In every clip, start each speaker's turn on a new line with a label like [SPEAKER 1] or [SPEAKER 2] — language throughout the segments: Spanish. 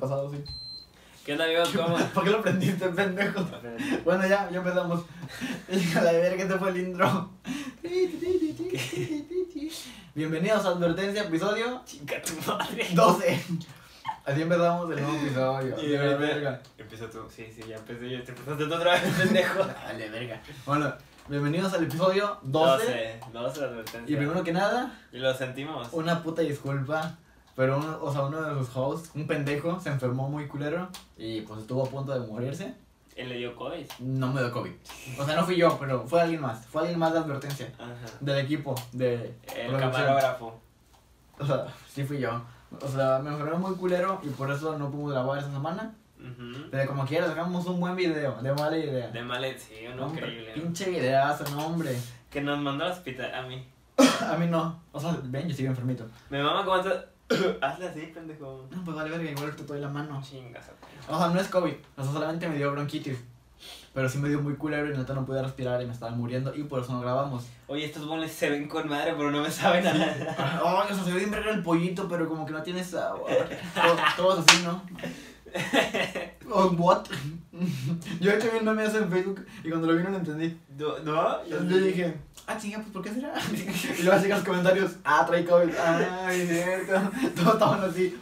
[SPEAKER 1] pasado, sí.
[SPEAKER 2] ¿Qué onda, amigos? ¿Cómo?
[SPEAKER 1] ¿Por qué lo aprendiste, pendejo? Bueno, ya, ya empezamos. A la verga, este fue el intro. Bienvenidos a Advertencia, episodio
[SPEAKER 2] Chinga tu madre.
[SPEAKER 1] 12. Así empezamos el nuevo episodio.
[SPEAKER 2] Y de
[SPEAKER 1] A la
[SPEAKER 2] verga. Empieza tú. Sí, sí, ya empecé. Ya te empezaste tú otra vez, pendejo.
[SPEAKER 1] Dale, verga. Bueno, bienvenidos al episodio 12.
[SPEAKER 2] 12. 12 la advertencia.
[SPEAKER 1] Y primero que nada,
[SPEAKER 2] Y lo sentimos.
[SPEAKER 1] una puta disculpa. Pero uno, o sea, uno de los hosts, un pendejo, se enfermó muy culero y pues estuvo a punto de morirse.
[SPEAKER 2] Él le dio COVID.
[SPEAKER 1] No me dio COVID. O sea, no fui yo, pero fue alguien más. Fue alguien más de advertencia.
[SPEAKER 2] Ajá.
[SPEAKER 1] Del equipo, de eh,
[SPEAKER 2] El
[SPEAKER 1] producción.
[SPEAKER 2] camarógrafo.
[SPEAKER 1] O sea, sí fui yo. O sea, me enfermé muy culero y por eso no pude grabar esa semana.
[SPEAKER 2] Ujú.
[SPEAKER 1] Pero como quiera, sacamos un buen video, de mala idea.
[SPEAKER 2] De Malet, sí, uno
[SPEAKER 1] Hombre,
[SPEAKER 2] increíble. ¿no?
[SPEAKER 1] Pinche videazo, no, hombre.
[SPEAKER 2] Que nos mandó al hospital a mí.
[SPEAKER 1] A mí no. O sea, ven, yo sigo enfermito.
[SPEAKER 2] Mi mamá comenzó. Hazle así, pendejo.
[SPEAKER 1] No, pues vale verga, igual te doy la mano.
[SPEAKER 2] Chingas. a tu-
[SPEAKER 1] O sea, no es COVID. O sea, solamente me dio bronquitis. Pero sí me dio muy culero y neta no pude respirar y me estaba muriendo y por eso no grabamos.
[SPEAKER 2] Oye, estos boles se ven con madre, pero no me saben a nada.
[SPEAKER 1] Oh, o sea, se ve bien verga el pollito, pero como que no tiene sabor. Todo- Todos así, ¿no? Oh, what? Yo he hecho bien memes en Facebook y cuando lo vi no lo entendí.
[SPEAKER 2] ¿No? ¿No?
[SPEAKER 1] Yo dije, ah, chinga, pues ¿por qué será? Y luego así en los comentarios, ah, trae COVID. Ay, cierto. Todos estaban así.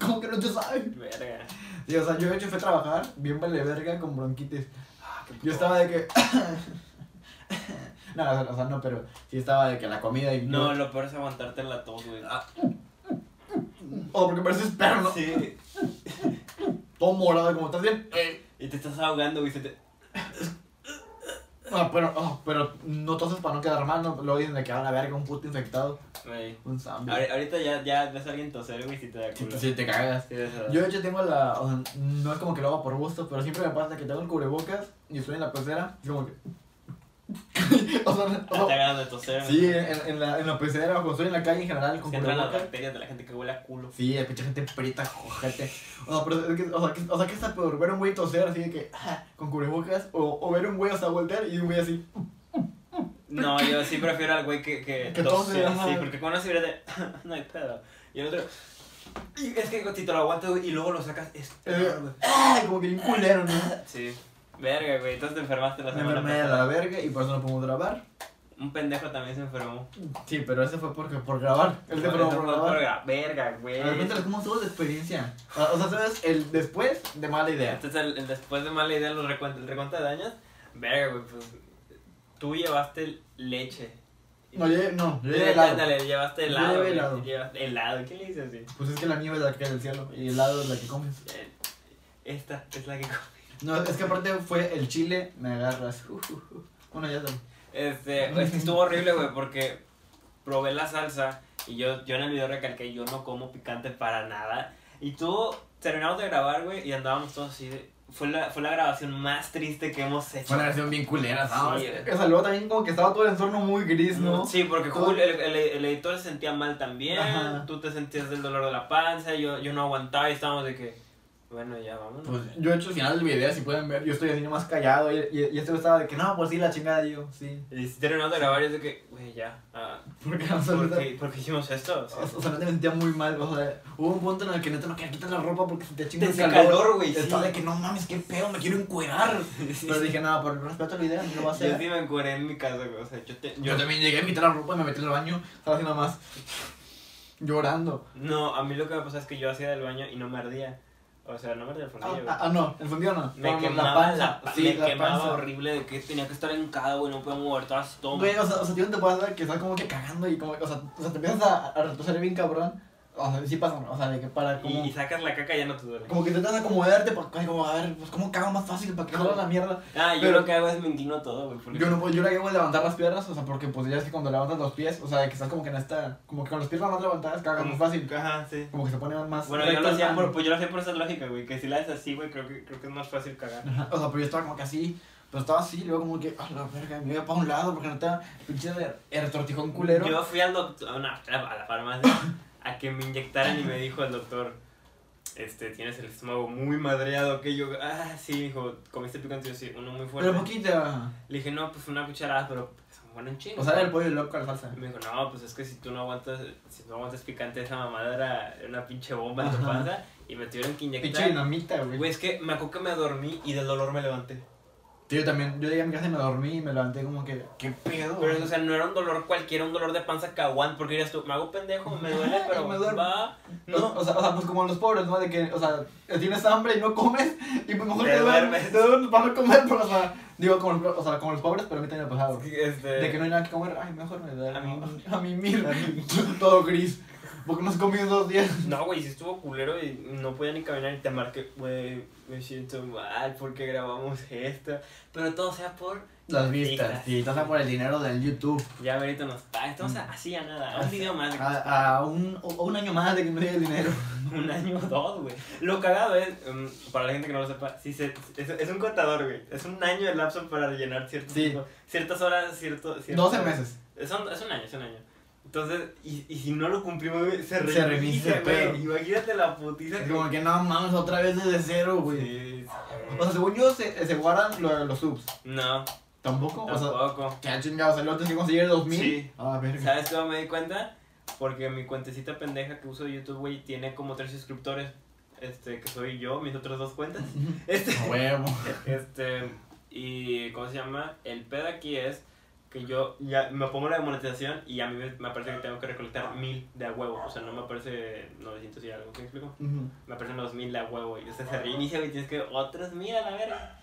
[SPEAKER 1] ¿Cómo que no te saben?
[SPEAKER 2] Verga.
[SPEAKER 1] Y, o sea, yo de hecho fui a trabajar bien vale verga con bronquitis.
[SPEAKER 2] Ah, qué
[SPEAKER 1] Yo
[SPEAKER 2] puto.
[SPEAKER 1] estaba de que. no, o sea, o sea, no, pero sí estaba de que la comida y.
[SPEAKER 2] No, lo peor es aguantarte la tos, güey.
[SPEAKER 1] Ah, Oh, porque pareces perro, ¿no?
[SPEAKER 2] Sí.
[SPEAKER 1] Todo morado, como estás bien. Eh,
[SPEAKER 2] Y te estás ahogando, güey. se te-
[SPEAKER 1] ah, pero, ah, pero no toses para no quedar mal, ¿no? Luego dicen de que van a verga un puto infectado.
[SPEAKER 2] Güey.
[SPEAKER 1] Un zombie.
[SPEAKER 2] Ahori- Ahorita ya, ya ves a alguien toser, güey, si te da
[SPEAKER 1] Si
[SPEAKER 2] culo.
[SPEAKER 1] te- si te cagas.
[SPEAKER 2] Sí, de verdad.
[SPEAKER 1] Yo de hecho tengo la, o sea, no es como que lo hago por gusto, pero siempre me pasa que tengo el cubrebocas y estoy en la pecera, y como que... o sea, no-
[SPEAKER 2] Ah, Te agarran de toser.
[SPEAKER 1] sí,
[SPEAKER 2] güey.
[SPEAKER 1] en, en la, en la pecera, o estoy en la calle en general con
[SPEAKER 2] Se entran las
[SPEAKER 1] cubrebocas.
[SPEAKER 2] bacterias de la gente que huele a culo.
[SPEAKER 1] Sí, hay mucha gente preta, cojete. O sea, pero es que, o sea, que, o sea, que está peor ver a un güey toser así de que, ah, con cubrebocas, o, o ver a un güey, o sea, voltear y un güey así.
[SPEAKER 2] No, yo sí prefiero al güey que, que,
[SPEAKER 1] Que
[SPEAKER 2] tose,
[SPEAKER 1] tose, ajá.
[SPEAKER 2] sí, porque con una cigarra de... no hay pedo. Y el otro... Y es que si te lo aguantas güey, y luego lo sacas, es...
[SPEAKER 1] Eh, ah, como que un culero, ¿no?
[SPEAKER 2] Sí. Verga, güey, entonces te enfermaste la
[SPEAKER 1] Me
[SPEAKER 2] semana
[SPEAKER 1] enfermé de
[SPEAKER 2] pasada.
[SPEAKER 1] la verga y por eso no podemos grabar.
[SPEAKER 2] Un pendejo también se enfermó.
[SPEAKER 1] Sí, pero ese fue porque, por grabar. Él se
[SPEAKER 2] Por
[SPEAKER 1] probó
[SPEAKER 2] eso
[SPEAKER 1] por
[SPEAKER 2] fue
[SPEAKER 1] grabar.
[SPEAKER 2] por- Verga, güey.
[SPEAKER 1] A ver, cuéntales cómo estuvo tu experiencia. O o sea, ¿sabes? El después de mala idea.
[SPEAKER 2] Entonces, Este el, el después de mala idea, los recuentos, el recuento de daños, verga, güey, pues tú llevaste leche.
[SPEAKER 1] No, yo, no, yo
[SPEAKER 2] Dale,
[SPEAKER 1] llegué helado.
[SPEAKER 2] dale, llevaste
[SPEAKER 1] Yo
[SPEAKER 2] helado.
[SPEAKER 1] llevé
[SPEAKER 2] güey,
[SPEAKER 1] helado.
[SPEAKER 2] Llevaste helado, ¿qué le dices así?
[SPEAKER 1] Pues es que la nieve es la que cae del cielo y el helado es la que comes.
[SPEAKER 2] Eh, Esta es la que comí.
[SPEAKER 1] No, es que aparte fue el chile, me agarras. Uh, uh, uh. Bueno, ya está.
[SPEAKER 2] Este, pues, estuvo horrible, güey, porque probé la salsa y yo, yo en el video recalqué, yo no como picante para nada. Y tú, terminamos de grabar, güey, y andábamos todos así. de- Fue la, fue la grabación más triste que hemos hecho.
[SPEAKER 1] versión bien culera,
[SPEAKER 2] ¿sabes?
[SPEAKER 1] O sea, luego también como que estaba todo el entorno muy gris, ¿no?
[SPEAKER 2] Sí, porque
[SPEAKER 1] Todo-
[SPEAKER 2] Julio, el, el- el editor se sentía mal también,
[SPEAKER 1] Ajá.
[SPEAKER 2] tú te sentías del dolor de la panza, yo, yo no aguantaba y estábamos de que, bueno, ya vámonos.
[SPEAKER 1] Pues yo he hecho el final del video, si pueden ver, yo estoy así más callado y, y, y este güey estaba de que no, pues sí, la chingada, y yo, sí.
[SPEAKER 2] y si terminamos de grabar, yo de que, güey, ya, ah,
[SPEAKER 1] Porque
[SPEAKER 2] ¿por, qué, por qué hicimos esto? O sea,
[SPEAKER 1] O sea, no te sentía muy mal, o sea, hubo un punto en el que neta no quería quitar la ropa porque se te chinga el
[SPEAKER 2] Te hacía
[SPEAKER 1] calor.
[SPEAKER 2] calor, güey, sí.
[SPEAKER 1] Estaba de que no mames, qué pedo, me quiero encuerar. Pero dije, nada, por respeto a la idea, no lo voy a
[SPEAKER 2] yo sí
[SPEAKER 1] hacer.
[SPEAKER 2] me encueré en mi casa, güey, o sea, yo, te- yo-
[SPEAKER 1] Yo también llegué a quitar la ropa y me metí al baño, estaba así nada más llorando.
[SPEAKER 2] No, a mí lo que me pasa es que yo hacía del baño y no me ardía, o sea, no me ardía el
[SPEAKER 1] Ah,
[SPEAKER 2] fondillo, güey.
[SPEAKER 1] ah, ah, no, el fundido no.
[SPEAKER 2] Me
[SPEAKER 1] No, no,
[SPEAKER 2] quemaba, la pa-
[SPEAKER 1] sí,
[SPEAKER 2] me
[SPEAKER 1] la
[SPEAKER 2] quemaba
[SPEAKER 1] panza.
[SPEAKER 2] horrible de que tenía que estar hincado, güey, no podía mover todas las tomas.
[SPEAKER 1] Güey, o sea, o sea, tío, te pasa que estás como que cagando y como, o sea, o sea te empiezas a, a retroceder bien cabrón. O sea, sí pasa, ¿no? o sea, de que para como...
[SPEAKER 2] Y, y sacas la caca y ya no te duele.
[SPEAKER 1] Como que intentas acomodarte para como, a ver, pues cómo cago más fácil para que no la mierda.
[SPEAKER 2] Ah, yo
[SPEAKER 1] Pero-
[SPEAKER 2] lo que hago es me inclino todo, güey. porque-
[SPEAKER 1] Yo no puedo, yo la llevo a levantar las piernas, o sea, porque pues ya es que cuando levantas los pies, o sea, de que estás como que en esta, como que con las piernas más levantadas cagas más fácil,
[SPEAKER 2] Ajá, sí.
[SPEAKER 1] como que se pone más
[SPEAKER 2] Bueno, yo
[SPEAKER 1] recto
[SPEAKER 2] lo,
[SPEAKER 1] el
[SPEAKER 2] hacía por,
[SPEAKER 1] ángulo.
[SPEAKER 2] pues yo lo hacía por esa lógica, güey. Que si la haces así, güey, creo que, creo que es más fácil cagar.
[SPEAKER 1] Ajá, O sea, pero yo estaba como que así, pero estaba así, luego como que, ah, la verga, me iba para un lado porque no estaba pinche de- el retortijón culero.
[SPEAKER 2] Yo fui al doctor, a, una- a la farmacia, a que me inyectaran y me dijo el doctor, este, tienes el estómago muy madreado, que yo, ah, sí, me dijo, comiste picante, yo sí, uno muy fuerte.
[SPEAKER 1] pero poquita.
[SPEAKER 2] Le dije, no, pues una cucharada, pero son bueno en chingo.
[SPEAKER 1] O sea, era el pollo loco a la salsa.
[SPEAKER 2] Y me dijo, no, pues es que si tú no aguantas, si no aguantas picante, esa mamada era era una pinche bomba en tu
[SPEAKER 1] Ajá.
[SPEAKER 2] panza. Y me tuvieron que
[SPEAKER 1] Pinche
[SPEAKER 2] inyectar.
[SPEAKER 1] dinamita, güey.
[SPEAKER 2] Güey, es que me acuerdo que me dormí y del dolor me levanté.
[SPEAKER 1] Tío, yo también, yo llegué a mi casa y me dormí y me levanté como que, ¿qué pedo?
[SPEAKER 2] Pero, o sea, no era un dolor cualquiera, un dolor de panza caguán, porque eras tú, me hago pendejo, me duele, pero
[SPEAKER 1] Me duermo.
[SPEAKER 2] va.
[SPEAKER 1] no.
[SPEAKER 2] No,
[SPEAKER 1] o, sea, o sea, pues como los pobres, ¿no? De que, o sea, tienes hambre y no comes y pues mejor
[SPEAKER 2] Te duermes.
[SPEAKER 1] duermes. Te duermes para no comer, pero, o sea, digo, como, los- o sea, como los pobres, pero a mí también me ha pasado.
[SPEAKER 2] este.
[SPEAKER 1] De que no hay nada que comer, ay, mejor me da.
[SPEAKER 2] A mí-
[SPEAKER 1] a mí mierda. Todo gris. Porque no has comido en dos días.
[SPEAKER 2] No, güey, sí estuvo culero y no podía ni caminar y te marqué, güey, me siento mal porque grabamos esto. Pero todo sea por,
[SPEAKER 1] Las
[SPEAKER 2] vistas.
[SPEAKER 1] vistas, sí, estás por el dinero del YouTube.
[SPEAKER 2] ya ahorita nos paga, estamos
[SPEAKER 1] Mm.
[SPEAKER 2] a- así a nada,
[SPEAKER 1] Ah,
[SPEAKER 2] a un video más, de
[SPEAKER 1] A, a un, o- un año más de que me llegue el dinero.
[SPEAKER 2] un año o dos, güey. Lo cagado es, em, para la gente que no lo sepa, sí se, es, es un contador, güey, es un año de lapso para rellenar ciertos,
[SPEAKER 1] Sí.
[SPEAKER 2] ciertas horas, cierto, cierto
[SPEAKER 1] 12 meses.
[SPEAKER 2] Es un, es un año, es un año. Entonces, y, y si no lo cumplimos, güey, se
[SPEAKER 1] Se
[SPEAKER 2] revisa,
[SPEAKER 1] revisa, pero-
[SPEAKER 2] güey. Imagínate la putiza
[SPEAKER 1] Es
[SPEAKER 2] que-
[SPEAKER 1] como que no mames, otra vez desde cero, güey.
[SPEAKER 2] Sí, sí.
[SPEAKER 1] O sea, según yo, se, se guardan lo- los subs.
[SPEAKER 2] No,
[SPEAKER 1] ¿Tampoco? O sea,
[SPEAKER 2] tampoco.
[SPEAKER 1] que han chingado, o sea, luego tienes que conseguir Ah, el 2000.
[SPEAKER 2] Sí.
[SPEAKER 1] A ver,
[SPEAKER 2] ¿Sabes cómo me di cuenta? Porque mi cuentecita pendeja que uso de YouTube, güey, tiene como tres suscriptores. Este, que soy yo, mis otras dos cuentas. Este,
[SPEAKER 1] huevo.
[SPEAKER 2] este, y ¿cómo se llama? El pedo aquí es que yo ya me pongo la monetización y a mí me, me parece que tengo que recolectar mil de a huevo. O sea, no me parece 900 y algo, ¿qué explico?
[SPEAKER 1] Ujú.
[SPEAKER 2] Me parecen los mil de a huevo. Y o sea, se reinicia, güey, tienes que otros mil a la verga.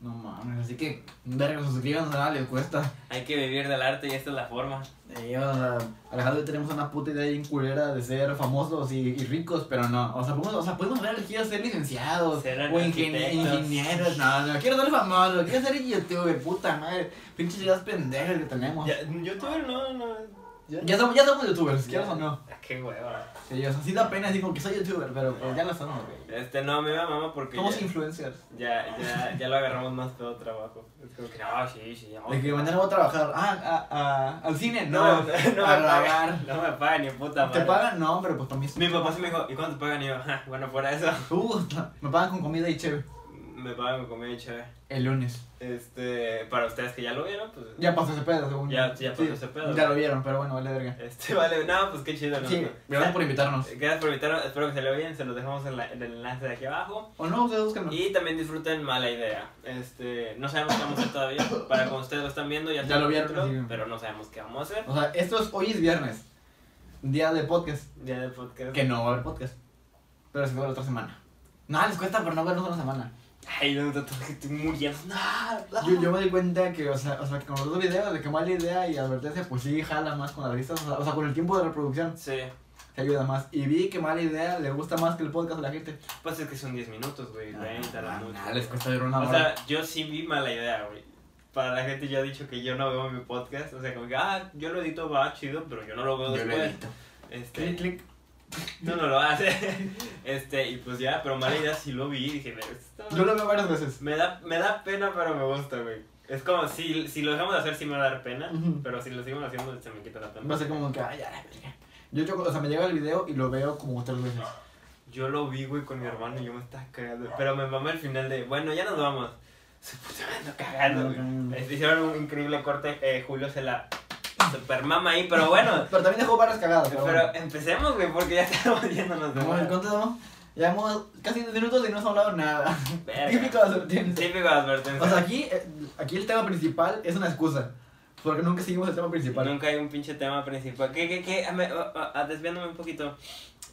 [SPEAKER 1] No mames, así que, verga, suscriban, nada les cuesta.
[SPEAKER 2] Hay que vivir del arte y esta es la forma.
[SPEAKER 1] Eh, o sea, Alejandro y yo tenemos una puta idea bien culera de ser famosos y, y ricos, pero no. O sea, podemos, o sea, podemos haber elegido ser licenciados
[SPEAKER 2] Ser
[SPEAKER 1] o ingen-
[SPEAKER 2] arquitectos.
[SPEAKER 1] ingenieros. No, no, quiero ser famoso, quiero ser youtuber, puta madre. Pinches ideas pendejas que tenemos. Ya,
[SPEAKER 2] Ya, youtuber no, no. Ya,
[SPEAKER 1] somos, ya somos youtubers, quieras o no.
[SPEAKER 2] Ah, Qué hueva.
[SPEAKER 1] Sí, o sea, sí da pena decir como que soy youtuber, pero pues, ya lo somos, güey.
[SPEAKER 2] Este, no, me va mamá porque.
[SPEAKER 1] Somos
[SPEAKER 2] ya,
[SPEAKER 1] influencers.
[SPEAKER 2] ya, ya, ya lo agarramos más todo trabajo. Es como que, no, sí, sí, no.
[SPEAKER 1] De que mañana voy a trabajar. Ah, a, a- al cine,
[SPEAKER 2] No,
[SPEAKER 1] no.
[SPEAKER 2] no, no me
[SPEAKER 1] a
[SPEAKER 2] pagan.
[SPEAKER 1] grabar.
[SPEAKER 2] No me pagan ni puta madre.
[SPEAKER 1] ¿Te pagan? No, pero pues para mí es-
[SPEAKER 2] Mi papá sí me dijo, ¿y cuánto pagan? Y yo, "Ja, bueno, fuera eso.
[SPEAKER 1] Uh, me pagan con comida y chévere.
[SPEAKER 2] Me pagan con comida y chévere.
[SPEAKER 1] El lunes.
[SPEAKER 2] Este, para ustedes que ya lo vieron, pues.
[SPEAKER 1] Ya pasó ese pedo, según
[SPEAKER 2] Ya-
[SPEAKER 1] yo.
[SPEAKER 2] ya pasó ese pedo.
[SPEAKER 1] Ya lo vieron, pero bueno, vale verga.
[SPEAKER 2] Este, vale, no, pues qué chido, ¿no?
[SPEAKER 1] Sí, gracias por invitarnos.
[SPEAKER 2] Eh, Gracias por invitarnos, espero que se lo bien, se los dejamos en, la- en el enlace de aquí abajo.
[SPEAKER 1] O no, ustedes búsquenlo.
[SPEAKER 2] Y también disfruten Mala Idea. Este, no sabemos qué vamos a hacer todavía. Para cuando ustedes lo están viendo, ya,
[SPEAKER 1] Ya
[SPEAKER 2] está el
[SPEAKER 1] lo vieron,
[SPEAKER 2] capítulo,
[SPEAKER 1] sí.
[SPEAKER 2] Pero no sabemos qué vamos a hacer.
[SPEAKER 1] O sea, esto es hoy es viernes. Día de podcast.
[SPEAKER 2] Ya del podcast.
[SPEAKER 1] Que no va a haber podcast. Pero se va la otra semana. No, les cuesta, pero no vernos una semana.
[SPEAKER 2] Ay, no, no, no, que estoy muriendo. No, no.
[SPEAKER 1] Yo, yo me di cuenta que, o sea, o sea, que con los dos videos de que mala idea y advertencia, pues sí jala más con las vistas. O sea, o sea, con el tiempo de reproducción
[SPEAKER 2] Sí,
[SPEAKER 1] te ayuda más. Y vi que mala idea le gusta más que el podcast a la gente.
[SPEAKER 2] pues es que son 10 minutos, güey. 20, a la
[SPEAKER 1] Ah,
[SPEAKER 2] mucho.
[SPEAKER 1] nah, les cuesta ver una
[SPEAKER 2] O
[SPEAKER 1] hora.
[SPEAKER 2] sea, yo sí vi Mala Idea, güey. Para la gente yo he dicho que yo no veo mi podcast. O sea, como que, ah, yo lo edito, va chido, pero yo no lo veo
[SPEAKER 1] yo lo
[SPEAKER 2] pues después.
[SPEAKER 1] edito.
[SPEAKER 2] Este,
[SPEAKER 1] Clic, clic.
[SPEAKER 2] Tú no lo haces. Este, y pues ya, pero mala idea sí lo vi y dije, "Ve, esto
[SPEAKER 1] Yo lo veo varias veces.
[SPEAKER 2] me, da, me da pena, pero me gusta, güey. Es como, si, si lo dejamos de hacer sí me va a dar pena,
[SPEAKER 1] Ujú.
[SPEAKER 2] pero si lo seguimos haciendo se me quita la pena.
[SPEAKER 1] Va a ser como que, ay, ya, la verga. Yo, yo, o sea, me llega el video y lo veo como tres veces.
[SPEAKER 2] Yo lo vi, güey, con mi hermano y yo me estaba cagando. Pero me mamé al final de, bueno, ya nos vamos. Se puta me ando cagando, güey. Este, Hicieron un increíble corte, eh, Julio se la supermama ahí, pero bueno.
[SPEAKER 1] Pero también dejó varias cagadas. Pero, bueno.
[SPEAKER 2] Pero empecemos, güey, porque ya estamos yéndonos de
[SPEAKER 1] Vamos,
[SPEAKER 2] nuevo.
[SPEAKER 1] ¿cuánto llevamos? Llevamos casi 10 minutos y no hemos hablado nada.
[SPEAKER 2] Verga.
[SPEAKER 1] Típico de advertencia.
[SPEAKER 2] Típico advertencia.
[SPEAKER 1] O sea, aquí, eh, aquí el tema principal es una excusa. Porque nunca seguimos el tema principal.
[SPEAKER 2] Nunca hay un pinche tema principal. ¿Qué, qué, qué? Ah, me- ah, ah, ah, desviándome un poquito.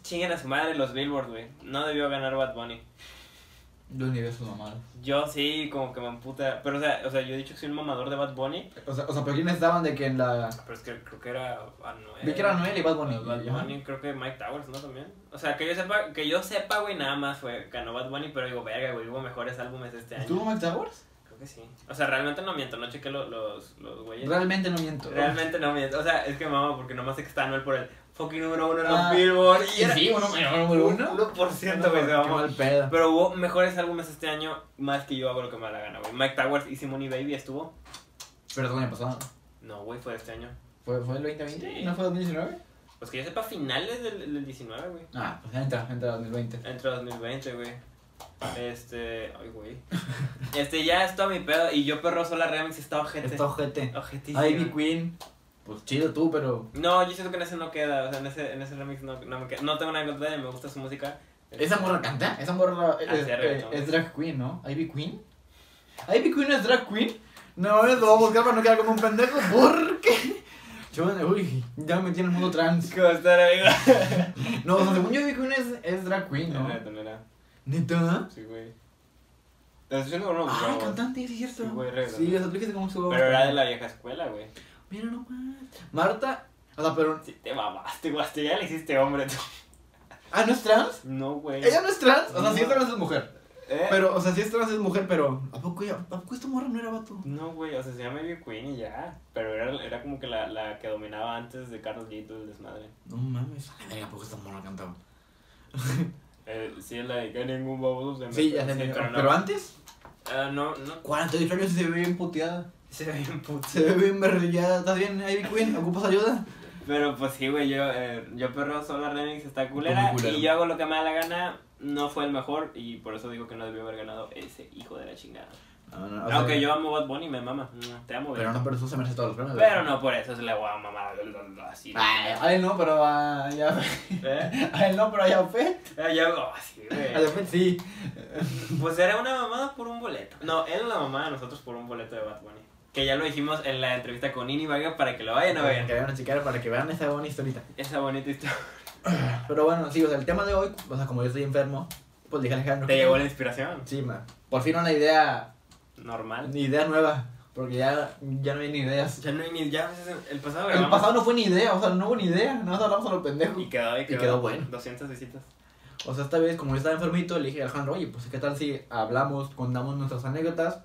[SPEAKER 2] Chinguen a su madre los Billboard, güey. No debió ganar Bad Bunny.
[SPEAKER 1] Los niveles son mamadas.
[SPEAKER 2] Yo sí, como que me emputa. Pero, o sea, o sea, yo he dicho que soy un mamador de Bad Bunny.
[SPEAKER 1] O sea, o sea, pero ¿quiénes estaban de que en la.
[SPEAKER 2] Pero es que creo que era Anuel.
[SPEAKER 1] Vi que era Noel y Bad Bunny.
[SPEAKER 2] Bad
[SPEAKER 1] Ajá.
[SPEAKER 2] Bunny, creo que Mike Towers, ¿no? También. O sea, que yo sepa, que yo sepa, güey, nada más fue ganó Bad Bunny, pero digo, verga, güey, hubo mejores álbumes este año.
[SPEAKER 1] ¿Estuvo Mike Towers?
[SPEAKER 2] Creo que sí. O sea, realmente no miento, no chequé lo- los, los güeyes.
[SPEAKER 1] Realmente no miento.
[SPEAKER 2] Realmente no miento. O sea, es que mamá, porque nomás sé que está Anuel por el fucking número uno en
[SPEAKER 1] Ah,
[SPEAKER 2] los Billboard.
[SPEAKER 1] Y sí, uno número uno.
[SPEAKER 2] 1% güey, se
[SPEAKER 1] Qué
[SPEAKER 2] mamó.
[SPEAKER 1] mal pedo.
[SPEAKER 2] Pero hubo mejores álbumes este año, más que yo hago lo que me da la gana, güey. Mike Towers y Simone Baby estuvo.
[SPEAKER 1] Pero eso el año pasado.
[SPEAKER 2] No, güey, fue este año.
[SPEAKER 1] ¿Fue, ¿Fue el 2020?
[SPEAKER 2] Sí.
[SPEAKER 1] ¿No fue 2019?
[SPEAKER 2] Pues que yo sepa, finales del, del 19, güey.
[SPEAKER 1] Ah, pues entra, entra 2020.
[SPEAKER 2] Entre 2020, güey. Este. Ay, güey. Este, ya es todo mi pedo. Y yo, perro, sola remix, estaba ojete.
[SPEAKER 1] Está ojete.
[SPEAKER 2] Ojetísimo.
[SPEAKER 1] Ivy Queen. Pues chido tú, pero.
[SPEAKER 2] No, yo siento que en ese no queda, o sea, en ese, en ese remix no, no me queda. No tengo nada en contra de ella, me gusta su música,
[SPEAKER 1] ¿Esa morra canta? Esa morra es,
[SPEAKER 2] Ah, sí,
[SPEAKER 1] es-
[SPEAKER 2] reggaetón.
[SPEAKER 1] es drag queen, ¿no? ¿Ivy Queen? ¿Ivy Queen es drag queen? No, lo voy a buscar para no quedar como un pendejo. ¿Por qué? Yo, uy, ya me metí en el mundo trans.
[SPEAKER 2] ¿Cómo estar, amigo?
[SPEAKER 1] No, o sea, según yo, Ivy Queen es, es drag queen,
[SPEAKER 2] No.
[SPEAKER 1] ¿no?
[SPEAKER 2] Era, era.
[SPEAKER 1] ¿Neta?
[SPEAKER 2] Sí, güey. Te lo estoy diciendo con unos
[SPEAKER 1] Ah,
[SPEAKER 2] huevos.
[SPEAKER 1] cantante, sí, es cierto.
[SPEAKER 2] Oh, Sí, güey, reggaetón.
[SPEAKER 1] Sí, o sea, tú dijiste como su
[SPEAKER 2] Pero era de la vieja escuela, güey.
[SPEAKER 1] Mira nomás. Marta, o sea, pero.
[SPEAKER 2] Sí, te mamaste, güey. Hasta ya le hiciste hombre tú.
[SPEAKER 1] Ah, ¿no es trans?
[SPEAKER 2] No, güey.
[SPEAKER 1] Ella no es trans. O sea, sí es
[SPEAKER 2] Eh, No.
[SPEAKER 1] trans, es mujer.
[SPEAKER 2] ¿Eh?
[SPEAKER 1] Pero, o sea, sí es trans, es mujer, pero. ¿A poco, ella- ¿a poco esta morra no era vato?
[SPEAKER 2] No, güey. O sea, se llama Ivy Queen y ya. Pero era, era como que la, la que dominaba antes de Carlos G y todo el desmadre.
[SPEAKER 1] No mames. A la verga, ¿a poco esta morra cantaba?
[SPEAKER 2] Eh, sí, es la de que ningún baboso se me...
[SPEAKER 1] Sí, ya se me-
[SPEAKER 2] pero no.
[SPEAKER 1] Pero antes,
[SPEAKER 2] Ah, no, no.
[SPEAKER 1] 48 años y se ve bien puteada.
[SPEAKER 2] Se ve bien puto.
[SPEAKER 1] Se ve bien berrillada. ¿Estás bien, Ivy Queen? ¿Ocupas ayuda?
[SPEAKER 2] Pero pues sí, güey, yo, eh, yo perro sola remix está culera
[SPEAKER 1] Muy culero.
[SPEAKER 2] y yo hago lo que me da la gana. No fue el mejor y por eso digo que no debió haber ganado ese hijo de la chingada.
[SPEAKER 1] No, no, o sea,
[SPEAKER 2] Aunque Ah, yo amo Bad Bunny, me mama. Mm, Te amo, güey.
[SPEAKER 1] Pero no, pero eso se merece todos los premios.
[SPEAKER 2] Pero no por eso se le voy a mamar así.
[SPEAKER 1] Ay, a él no, pero a. ya-
[SPEAKER 2] ¿Eh?
[SPEAKER 1] A él no, pero a Yapet.
[SPEAKER 2] Eh, Yo hago así,
[SPEAKER 1] A
[SPEAKER 2] güey.
[SPEAKER 1] Yapet sí.
[SPEAKER 2] Pues era una mamada por un boleto. No, era la mamada de nosotros por un boleto de Bad Bunny. Que ya lo dijimos en la entrevista con Nini Vaga para que lo vayan a
[SPEAKER 1] Para que
[SPEAKER 2] ver.
[SPEAKER 1] vayan a checar, para que vean esa buena historita.
[SPEAKER 2] Esa bonita historia.
[SPEAKER 1] Pero bueno, sí, o sea, el tema de hoy, o sea, como yo estoy enfermo, pues dije a Alejandro.
[SPEAKER 2] ¿Te llegó la inspiración?
[SPEAKER 1] Sí, ma. Por fin una idea,
[SPEAKER 2] Normal.
[SPEAKER 1] ni idea nueva, porque ya, ya no hay ni ideas.
[SPEAKER 2] Ya no hay ni. Ya, el pasado
[SPEAKER 1] El
[SPEAKER 2] grabamos-
[SPEAKER 1] pasado no fue ni idea, o sea, no hubo ni idea, nada más hablamos a lo pendejo.
[SPEAKER 2] Y quedó, y quedó,
[SPEAKER 1] quedó bueno.
[SPEAKER 2] 200 visitas.
[SPEAKER 1] O sea, esta vez, como yo estaba enfermito, le dije a Alejandro, oye, pues, ¿qué tal si hablamos, contamos nuestras anécdotas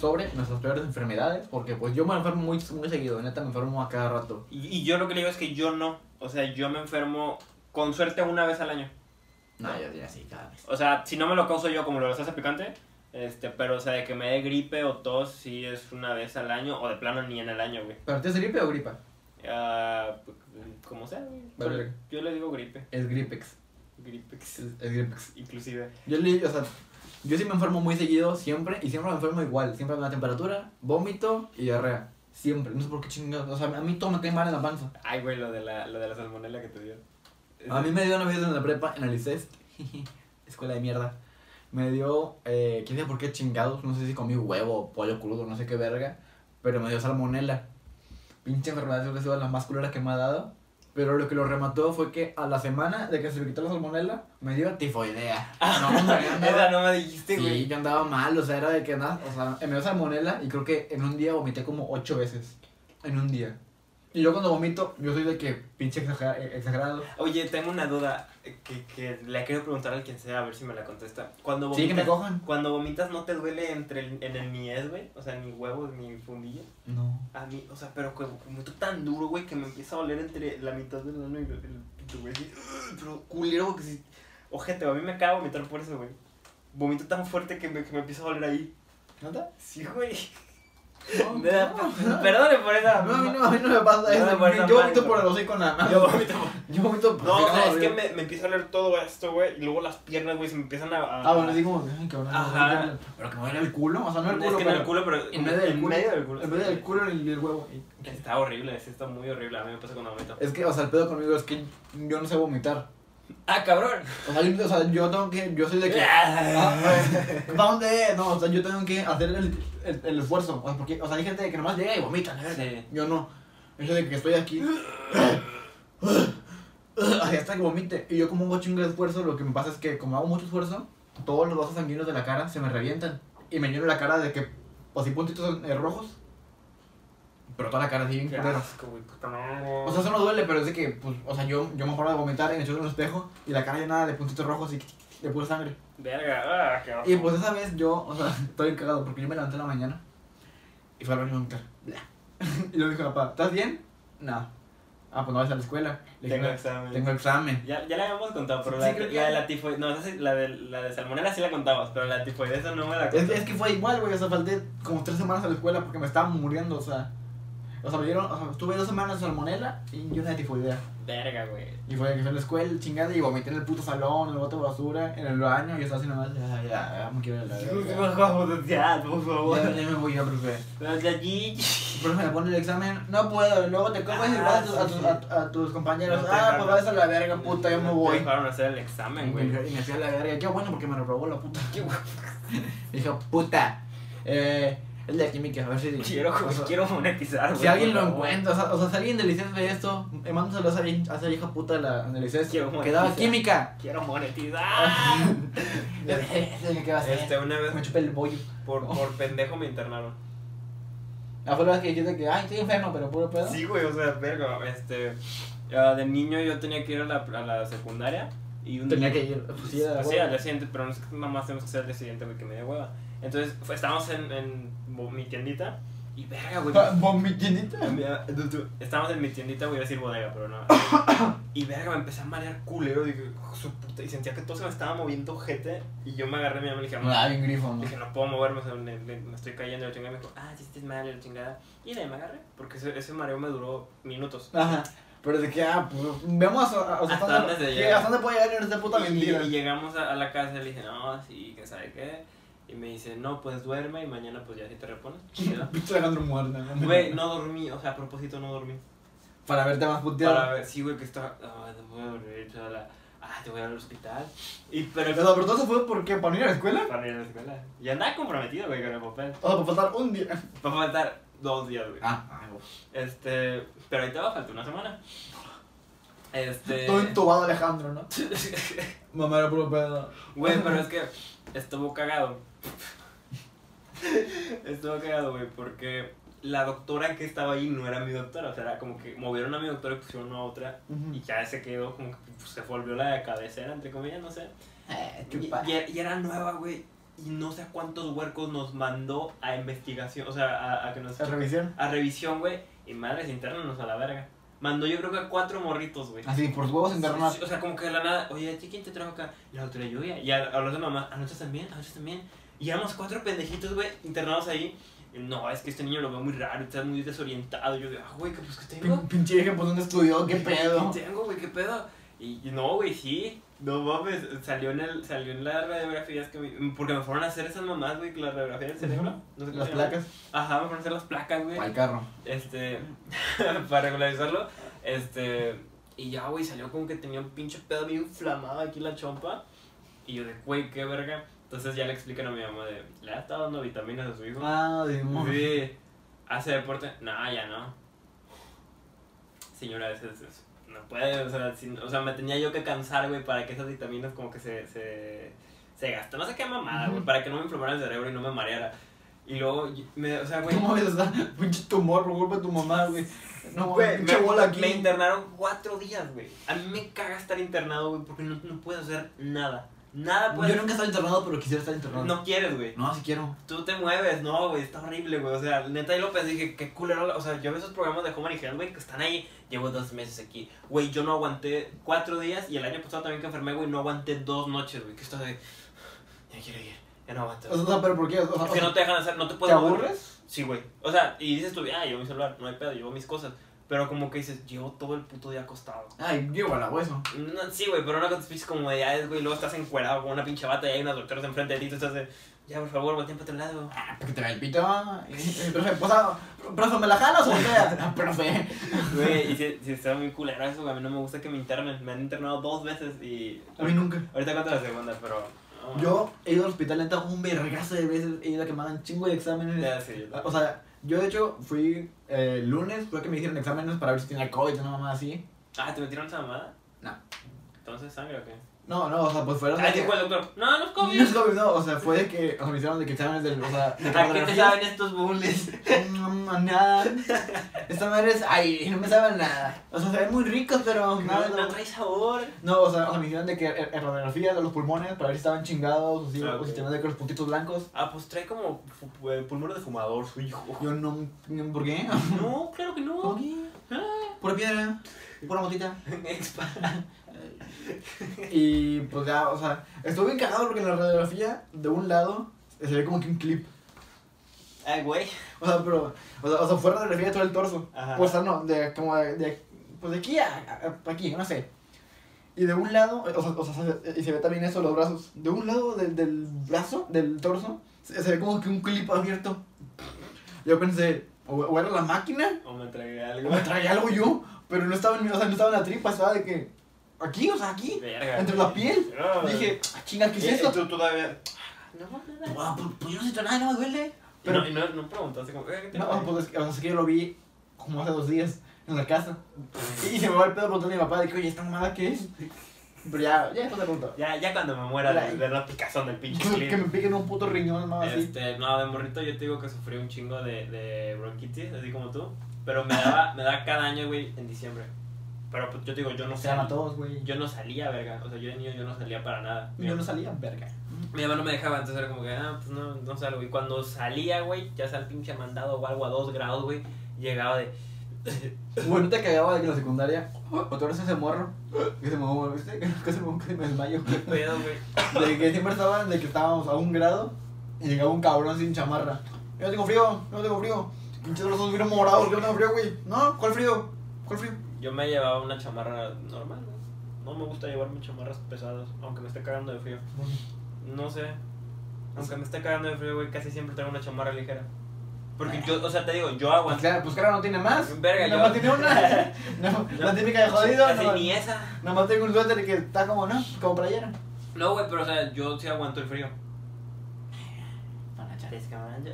[SPEAKER 1] sobre nuestras peores enfermedades? Porque, pues, yo me enfermo muy, muy seguido, neta, me enfermo a cada rato.
[SPEAKER 2] Y, y yo lo que le digo es que yo no. O sea, yo me enfermo con suerte una vez al año.
[SPEAKER 1] No, yo diría así cada vez.
[SPEAKER 2] O sea, si no me lo causo yo como lo de la salsa picante, este, pero o sea, de que me dé gripe o tos, sí es una vez al año, o de plano ni en el año, güey.
[SPEAKER 1] ¿Pero te es gripe o gripa?
[SPEAKER 2] Ah, pues, como sea, güey. Pero
[SPEAKER 1] Vale.
[SPEAKER 2] Yo le digo gripe.
[SPEAKER 1] Es gripex.
[SPEAKER 2] Gripe, que es-
[SPEAKER 1] Es, es gripex.
[SPEAKER 2] inclusive.
[SPEAKER 1] Yo le, o sea, yo sí me enfermo muy seguido, siempre, y siempre me enfermo igual. Siempre me da temperatura, vómito y diarrea. Siempre. No sé por qué chingados. O sea, a mí todo me cae mal en la panza.
[SPEAKER 2] Ay, güey, lo de la, lo de la salmonela que te dio.
[SPEAKER 1] A mí me dio una vez en la prepa, en el ICES, escuela de mierda. Me dio, eh, quién sabe por qué chingados, no sé si comí huevo o pollo crudo, no sé qué verga, pero me dio salmonela. Pinche enfermedad, creo que ha sido de las más culeras que me ha dado. Pero lo que lo remató fue que a la semana de que se me quitó la salmonela, me dio tifoidea. No, hombre, andaba-
[SPEAKER 2] Ah. Esa no me dijiste,
[SPEAKER 1] Sí,
[SPEAKER 2] güey.
[SPEAKER 1] yo andaba mal, o sea, era de que nada, o sea, me dio salmonela y creo que en un día vomité como ocho veces. En un día. Y yo cuando vomito, yo soy de que pinche exagera- eh, exagerado.
[SPEAKER 2] Oye, tengo una duda que, que le quiero preguntar al quien sea, a ver si me la contesta. Cuando
[SPEAKER 1] Sí, que me
[SPEAKER 2] vomitas,
[SPEAKER 1] cojan.
[SPEAKER 2] cuando vomitas no te duele entre el, en el niés, güey, o sea, ni huevos ni fundillo.
[SPEAKER 1] No.
[SPEAKER 2] A mí, o sea, pero como, como está tan duro, güey, que me empieza a doler entre la mitad del ano y el el pito, güey. así, "Ugh", Pero culero, güey, que si Ojete, güey, a mí me acaba de vomitar por eso, güey. Vomito tan fuerte que me, que me empieza a doler ahí.
[SPEAKER 1] ¿Nota?
[SPEAKER 2] Sí, güey.
[SPEAKER 1] Oh, No,
[SPEAKER 2] Me da-
[SPEAKER 1] no.
[SPEAKER 2] Perdone por esa.
[SPEAKER 1] No, a mí no, a mí no me pasa
[SPEAKER 2] No me
[SPEAKER 1] eso.
[SPEAKER 2] pasa
[SPEAKER 1] yo
[SPEAKER 2] mal,
[SPEAKER 1] vomito
[SPEAKER 2] no.
[SPEAKER 1] por el hocico nada más.
[SPEAKER 2] Yo vomito.
[SPEAKER 1] Yo vomito por
[SPEAKER 2] No, o
[SPEAKER 1] el
[SPEAKER 2] sea,
[SPEAKER 1] hocico,
[SPEAKER 2] es que
[SPEAKER 1] yo-
[SPEAKER 2] me, me empieza a doler todo esto, güey, y luego las piernas, güey, se me empiezan a... a-
[SPEAKER 1] Ah, bueno, así como, ay, cabrón.
[SPEAKER 2] Ajá.
[SPEAKER 1] no, no, no, Pero que me duele el culo, o sea, no el culo,
[SPEAKER 2] es que no
[SPEAKER 1] pero
[SPEAKER 2] el culo, pero
[SPEAKER 1] en medio del culo.
[SPEAKER 2] medio del culo.
[SPEAKER 1] En vez del culo, el, el huevo.
[SPEAKER 2] Está horrible, sí, está muy horrible. A mí me pasa cuando vomito.
[SPEAKER 1] Es que, o sea, el pedo conmigo es que yo no sé vomitar.
[SPEAKER 2] ¡Ah, cabrón! ¡Ah!
[SPEAKER 1] O sea, yo, o sea, yo tengo que, yo soy de que... ¿Para dónde? es? No, o sea, yo tengo que hacer el, el, el esfuerzo. O sea, porque, o sea, hay gente que nomás llega y vomita. la verga.
[SPEAKER 2] Sí.
[SPEAKER 1] Yo no. Eso de que estoy aquí. Así hasta que vomite. Y yo como hago chingo de esfuerzo, lo que me pasa es que como hago mucho esfuerzo, todos los vasos sanguíneos de la cara se me revientan. Y me lleno la cara de que, así puntitos eh, rojos. Pero toda la cara así bien
[SPEAKER 2] Qué
[SPEAKER 1] culera.
[SPEAKER 2] asco, güey, puta madre.
[SPEAKER 1] O sea, eso no duele, pero es de que, pues, o sea, yo, yo me acuerdo de vomitar y me echó en un espejo y la cara llenada de puntitos rojos y de pura sangre.
[SPEAKER 2] Verga, ah, qué asco.
[SPEAKER 1] Y pues esa vez yo, o sea, estoy cagado porque yo me levanté en la mañana y fui al baño a vomitar. Bla. Y luego dijo, papá, ¿estás bien? No. Ah, pues no vas a la escuela. Le dije,
[SPEAKER 2] Tengo
[SPEAKER 1] "No,
[SPEAKER 2] examen.
[SPEAKER 1] tengo examen.
[SPEAKER 2] Ya, ya la habíamos contado, pero
[SPEAKER 1] Sí,
[SPEAKER 2] la,
[SPEAKER 1] creo que
[SPEAKER 2] la
[SPEAKER 1] ya.
[SPEAKER 2] de la tifoidea. No, esa sí- la de, la de salmonela sí la contabas, pero la tifoidea esa no me la
[SPEAKER 1] Es,
[SPEAKER 2] contabas.
[SPEAKER 1] es que fue igual, güey, o sea, falté como tres semanas a la escuela porque me estaba muriendo, o sea. O sea, me dieron, o sea, estuve dos semanas de salmonela y una de tifoidea.
[SPEAKER 2] Verga, güey.
[SPEAKER 1] Y fue que fue a la escuela, chingada, y vomité en el puto salón, en el bote de basura, en el baño, y yo estaba así nomás, ya, ya, ya, me quiero ir a la verga.
[SPEAKER 2] por
[SPEAKER 1] Ya, ya me voy yo, profe.
[SPEAKER 2] Pero
[SPEAKER 1] El profe me pone el examen, no puedo, y luego te comes y
[SPEAKER 2] Ah,
[SPEAKER 1] vas a, tus- a,
[SPEAKER 2] sí.
[SPEAKER 1] tus- a- a tus compañeros,
[SPEAKER 2] No te
[SPEAKER 1] ah,
[SPEAKER 2] dejaron.
[SPEAKER 1] pues vas a la verga, puta, yo me voy.
[SPEAKER 2] dejaron hacer el examen, güey.
[SPEAKER 1] Y me fui a la verga, qué bueno porque me lo robó la puta. Dijo, puta, eh, es la química, a ver si...
[SPEAKER 2] Quiero,
[SPEAKER 1] o sea,
[SPEAKER 2] quiero monetizar, güey.
[SPEAKER 1] Si alguien
[SPEAKER 2] por
[SPEAKER 1] lo
[SPEAKER 2] favor.
[SPEAKER 1] encuentra, o sea, o sea, si alguien del ICES ve esto, eh, mándaselo a esa, vieja- a esa vieja puta de la del ICES
[SPEAKER 2] Quiero
[SPEAKER 1] que daba
[SPEAKER 2] monetizar.
[SPEAKER 1] química.
[SPEAKER 2] Quiero
[SPEAKER 1] Ah,
[SPEAKER 2] monetizar.
[SPEAKER 1] ¿Qué va a hacer?
[SPEAKER 2] Ah. este, una vez
[SPEAKER 1] Me chupé el bollo.
[SPEAKER 2] por,
[SPEAKER 1] Oh.
[SPEAKER 2] por pendejo me internaron.
[SPEAKER 1] La Ah, fue la vez que dijiste que, ay, estoy enfermo, pero puro pedo.
[SPEAKER 2] Sí, güey, o sea, verga. Este, ah, de niño yo tenía que ir a la, a la secundaria y un
[SPEAKER 1] Tenía
[SPEAKER 2] día-
[SPEAKER 1] que ir. Pues, sí, era
[SPEAKER 2] Pues sí,
[SPEAKER 1] huevo.
[SPEAKER 2] al día siguiente, pero no sé qué mamás tenemos que hacer al día siguiente, güey, que me dio hueva. Entonces, fue- estábamos en, en bo- mi tiendita y verga, güey.
[SPEAKER 1] Pa- Vomitinita.
[SPEAKER 2] Mira, du- du- Estábamos en mi tiendita, voy a decir bodega, pero no. Y verga, me empecé a marear culero. Dije, "Hijo de su puta. Y sentía que todo se me estaba moviendo gente. Y yo me agarré a mi mamá y le dije,
[SPEAKER 1] Me
[SPEAKER 2] "Mamá",
[SPEAKER 1] daba bien grifo, ¿no?
[SPEAKER 2] dije, Ah, no puedo moverme, o sea, me, me- me estoy cayendo. Y la chingada me dijo, ah, sí, estás mal, y la chingada. Y de ahí me agarré, porque ese, ese mareo me duró minutos.
[SPEAKER 1] Ajá. Pero de que, ah, pues, vemos a- a- o sea,
[SPEAKER 2] Hasta
[SPEAKER 1] hasta
[SPEAKER 2] dónde se
[SPEAKER 1] dónde-
[SPEAKER 2] llega.
[SPEAKER 1] que hasta dónde puede llegar esta puta
[SPEAKER 2] Y- y,
[SPEAKER 1] mentira.
[SPEAKER 2] y llegamos a, a la casa y le dije, no, sí, que sabe qué. Y me dice, no, pues duerme y mañana, pues ya si te repones. chido".
[SPEAKER 1] Pinche Alejandro Muerna. ¿no?
[SPEAKER 2] Güey, no dormí, o sea, a propósito no dormí.
[SPEAKER 1] Para verte más puteado.
[SPEAKER 2] Para ver, sí, güey, que estaba. Ah, te voy a dormir, chala. Ah, te voy a ir al hospital. Y, pero.
[SPEAKER 1] O sea, pero todo eso fue porque para ir a la escuela.
[SPEAKER 2] Para ir a la escuela. Y andaba comprometido, güey, con el papel.
[SPEAKER 1] O sea, para faltar un día.
[SPEAKER 2] Va a faltar dos días, güey.
[SPEAKER 1] Ah, ah, güey.
[SPEAKER 2] Este. Pero ahí te va a faltar una semana. Este.
[SPEAKER 1] Todo entubado Alejandro, ¿no? Mamá era puro pedo.
[SPEAKER 2] Güey, pero es que estuvo cagado. estuvo cagado, güey, porque la doctora que estaba ahí no era mi doctora. O sea, era como que movieron a mi doctora y pusieron a otra. Y ya se quedó como que pues, se volvió la de cabecera, entre comillas, no sé.
[SPEAKER 1] Eh,
[SPEAKER 2] Y,
[SPEAKER 1] chupa.
[SPEAKER 2] y era- y era nueva, güey. Y no sé a cuántos huercos nos mandó a investigación, o sea, a, a que nos...
[SPEAKER 1] La revisión.
[SPEAKER 2] A revisión, güey. Y madres internas a la verga. Mandó yo creo que a cuatro morritos, güey.
[SPEAKER 1] Así, por sus huevos internas.
[SPEAKER 2] Ah, Sí, sí, O sea, como que de la nada, oye, ¿a ti quién te trajo acá? La doctora lluvia. Y a, a los de mamá, anoche también, anoche también. Y éramos cuatro pendejitos, güey, internados ahí. No, es que este niño lo veo muy raro, está muy desorientado. Yo digo, ah, güey, que pues que tengo.
[SPEAKER 1] Pin- Pinche vieja, pues dónde estudió, qué pedo.
[SPEAKER 2] ¿Qué tengo, güey? ¿Qué pedo? Y y no, güey, sí. No mames, salió en, el, salió en las radiografías que me- Porque me fueron a hacer esas mamás, güey, con la radiografía del cerebro. No sé cómo
[SPEAKER 1] Las
[SPEAKER 2] se llama.
[SPEAKER 1] placas.
[SPEAKER 2] Ajá, me fueron a hacer las placas, güey.
[SPEAKER 1] Para el carro.
[SPEAKER 2] Este, para regularizarlo. Este, y ya, güey, salió como que tenía un pinche pedo bien inflamado aquí la chompa. Y yo de, güey, qué verga. Entonces ya le explican a mi mamá de, ¿le ha estado dando vitaminas a su hijo?
[SPEAKER 1] Ah, de
[SPEAKER 2] Sí. ¿Hace deporte? No, ya no. Señora, es, es- es- no puede, o sea, si- o sea, me tenía yo que cansar, güey, para que esas vitaminas como que se, se, se gastan. No sé qué mamada, güey,
[SPEAKER 1] Ujú.
[SPEAKER 2] para que no me inflamara el cerebro y no me mareara. Y luego, yo- me, o sea, güey,
[SPEAKER 1] ¿Cómo ves? O sea, pinche tumor por culpa de tu mamá, güey. No,
[SPEAKER 2] güey,
[SPEAKER 1] güey,
[SPEAKER 2] me,
[SPEAKER 1] pinche bola aquí.
[SPEAKER 2] me internaron cuatro días, güey. A mí me caga estar internado, güey, porque no, no puedo hacer nada. Nada puedes
[SPEAKER 1] Yo nunca he estado internado, pero quisiera estar internado.
[SPEAKER 2] No quieres, güey.
[SPEAKER 1] pues. No, si quiero.
[SPEAKER 2] Tú te mueves, no, güey, está horrible, güey. O sea, neta, y lo pensé, dije, qué culero. la- O sea, yo veo esos programas de Human y Health, güey, que están ahí. Llevo dos meses aquí. Güey, yo no aguanté cuatro días y el año pasado también que enfermé, güey, no aguanté dos noches, güey. Que estás de. Ya quiero ir, ya no aguanto.
[SPEAKER 1] O sea, o sea, pero ¿por qué? O sea,
[SPEAKER 2] Es que no te dejan hacer, no te
[SPEAKER 1] ¿Te
[SPEAKER 2] puedes mover.
[SPEAKER 1] aburres?
[SPEAKER 2] Sí, güey. O sea, y dices tú, ah, llevo mi celular, no hay pedo, llevo mis cosas. Pero como que dices, llevo todo el puto día acostado.
[SPEAKER 1] Ay, yo igual a hueso.
[SPEAKER 2] No, sí, güey, pero no con tus pinches comodidades, güey. Luego estás encuerado con una pinche bata y hay unas doctoras enfrente de ti. Tú estás de, ya, por favor, voltea para otro lado.
[SPEAKER 1] Ah, porque te ve el pito. Eh, eh, Profe, pues, ah, profe, ¿me la jalas o qué? Ah, profe.
[SPEAKER 2] Güey, y si, si está muy culero eso, güey. A mí no me gusta que me internen. Me han internado dos veces y.
[SPEAKER 1] A mí nunca.
[SPEAKER 2] Ahorita cuento la segunda, pero. no.
[SPEAKER 1] Yo he ido al hospital neta un vergazo de veces, he ido a que me hagan chingo de exámenes.
[SPEAKER 2] Ya, sí, yo
[SPEAKER 1] O sea, yo de hecho fui eh, el lunes, fue que me hicieron exámenes para ver si tenía COVID o una mamá así.
[SPEAKER 2] Ah, ¿te metieron esa mamada?
[SPEAKER 1] No.
[SPEAKER 2] Entonces, sangre o qué?
[SPEAKER 1] No, no, o sea, pues fueron. de
[SPEAKER 2] Ah,
[SPEAKER 1] que-
[SPEAKER 2] dijo el doctor. No, no es
[SPEAKER 1] No
[SPEAKER 2] COVID.
[SPEAKER 1] es COVID, no, o sea, fue de que, o sea, me hicieron de que exámenes del, o sea, de
[SPEAKER 2] ¿A qué te
[SPEAKER 1] radiografías.
[SPEAKER 2] saben estos bullies?
[SPEAKER 1] No, no, nada. Esta madre es aire, no me saben nada. O sea, se ven muy ricos, pero
[SPEAKER 2] No,
[SPEAKER 1] nada.
[SPEAKER 2] no trae sabor.
[SPEAKER 1] No, o sea, o sea, me hicieron de que en en radiografía de los pulmones para ver si estaban chingados o si,
[SPEAKER 2] Ah,
[SPEAKER 1] o si
[SPEAKER 2] ok.
[SPEAKER 1] tenían de que los puntitos blancos.
[SPEAKER 2] Ah, pues trae como fu- eh, pulmón de fumador, su hijo.
[SPEAKER 1] Yo no, no, ¿por qué?
[SPEAKER 2] No, Ah. claro que no.
[SPEAKER 1] Ok. Pura piedra, pura motita.
[SPEAKER 2] Expa.
[SPEAKER 1] Y pues ya, o sea, estuve bien cagado porque en la radiografía de un lado se ve como que un clip.
[SPEAKER 2] Ay, güey.
[SPEAKER 1] O sea, pero, o sea, o sea fue radiografía de todo el torso.
[SPEAKER 2] Ajá.
[SPEAKER 1] O sea, no, de, como de, de- pues de aquí a, a- a aquí, no sé. Y de un lado, o sea, o sea, se- y se ve también eso, los brazos. De un lado del, del brazo, del torso, se, se ve como que un clip abierto. Yo pensé, o, o era la máquina,
[SPEAKER 2] O me tragué
[SPEAKER 1] o
[SPEAKER 2] algo.
[SPEAKER 1] me traía algo yo, pero no estaba, en, mi- o sea, no estaba en la tripa, estaba de que, aquí, o sea, aquí.
[SPEAKER 2] Verga,
[SPEAKER 1] entre
[SPEAKER 2] güey.
[SPEAKER 1] la piel.
[SPEAKER 2] No,
[SPEAKER 1] Dije, ah, chinga, ¿qué es
[SPEAKER 2] y- y
[SPEAKER 1] esto?
[SPEAKER 2] tú todavía.
[SPEAKER 1] Ah, pues, pues yo no siento nada, no me duele.
[SPEAKER 2] Pero,
[SPEAKER 1] Pero-
[SPEAKER 2] no, y no, no preguntaste como. eh, ¿qué te
[SPEAKER 1] No,
[SPEAKER 2] pasa?
[SPEAKER 1] pues es que, o sea, es que yo lo vi como hace dos días en la casa. Y se me va el pedo preguntarle a mi papá de que, oye, ¿esta mamada qué es? Pero ya, ya después te pregunto.
[SPEAKER 2] Ya, ya cuando me muera de,
[SPEAKER 1] Ay.
[SPEAKER 2] de la picazón del pinche
[SPEAKER 1] Que, que
[SPEAKER 2] clip.
[SPEAKER 1] me piquen un puto riñón, mamá, así.
[SPEAKER 2] Este, no, de morrito yo te digo que sufrí un chingo de, de bronquitis, así como tú. Pero me daba, me daba cada año, güey, en diciembre. Pero pues, yo te digo, yo no
[SPEAKER 1] Se llama a
[SPEAKER 2] salía.
[SPEAKER 1] todos, güey. Yo,
[SPEAKER 2] Yo no salía, verga. O sea, yo de niño yo no salía para nada. Mi-
[SPEAKER 1] no salía, verga.
[SPEAKER 2] Mi mamá no me dejaba, entonces era como que, ah, pues no, no salgo. Y cuando salía, güey, ya sea el pinche mandado o algo a dos grados, güey, llegaba de.
[SPEAKER 1] Bueno, te cagaba de que la secundaria, o tú eres ese morro, que se me ¿viste? Que se me que me desmayo.
[SPEAKER 2] ¿Qué pedo, güey?
[SPEAKER 1] De que siempre estaban, de que estábamos a un grado, y llegaba un cabrón sin chamarra. Yo no tengo frío, yo no tengo frío. Pinches brazos bien morados, yo no tengo frío, güey. No, ¿cuál frío? ¿Cuál frío?
[SPEAKER 2] Yo me llevaba una chamarra normal, güey. No me gusta llevarme chamarras pesadas, aunque me esté cagando de frío. No sé. Aunque me esté cagando de frío, güey, casi siempre tengo una chamarra ligera. Porque yo, o sea, te digo, yo
[SPEAKER 1] Pues
[SPEAKER 2] aguanto.
[SPEAKER 1] claro, pues claro, no tiene más.
[SPEAKER 2] Verga,
[SPEAKER 1] nada
[SPEAKER 2] yo-
[SPEAKER 1] más tiene una. No, la típica de jodido.
[SPEAKER 2] Casi
[SPEAKER 1] Nada,
[SPEAKER 2] ni esa.
[SPEAKER 1] nada más tengo un suéter que está como, ¿no? Como playera.
[SPEAKER 2] No, güey, pero o sea, yo sí aguanto el frío.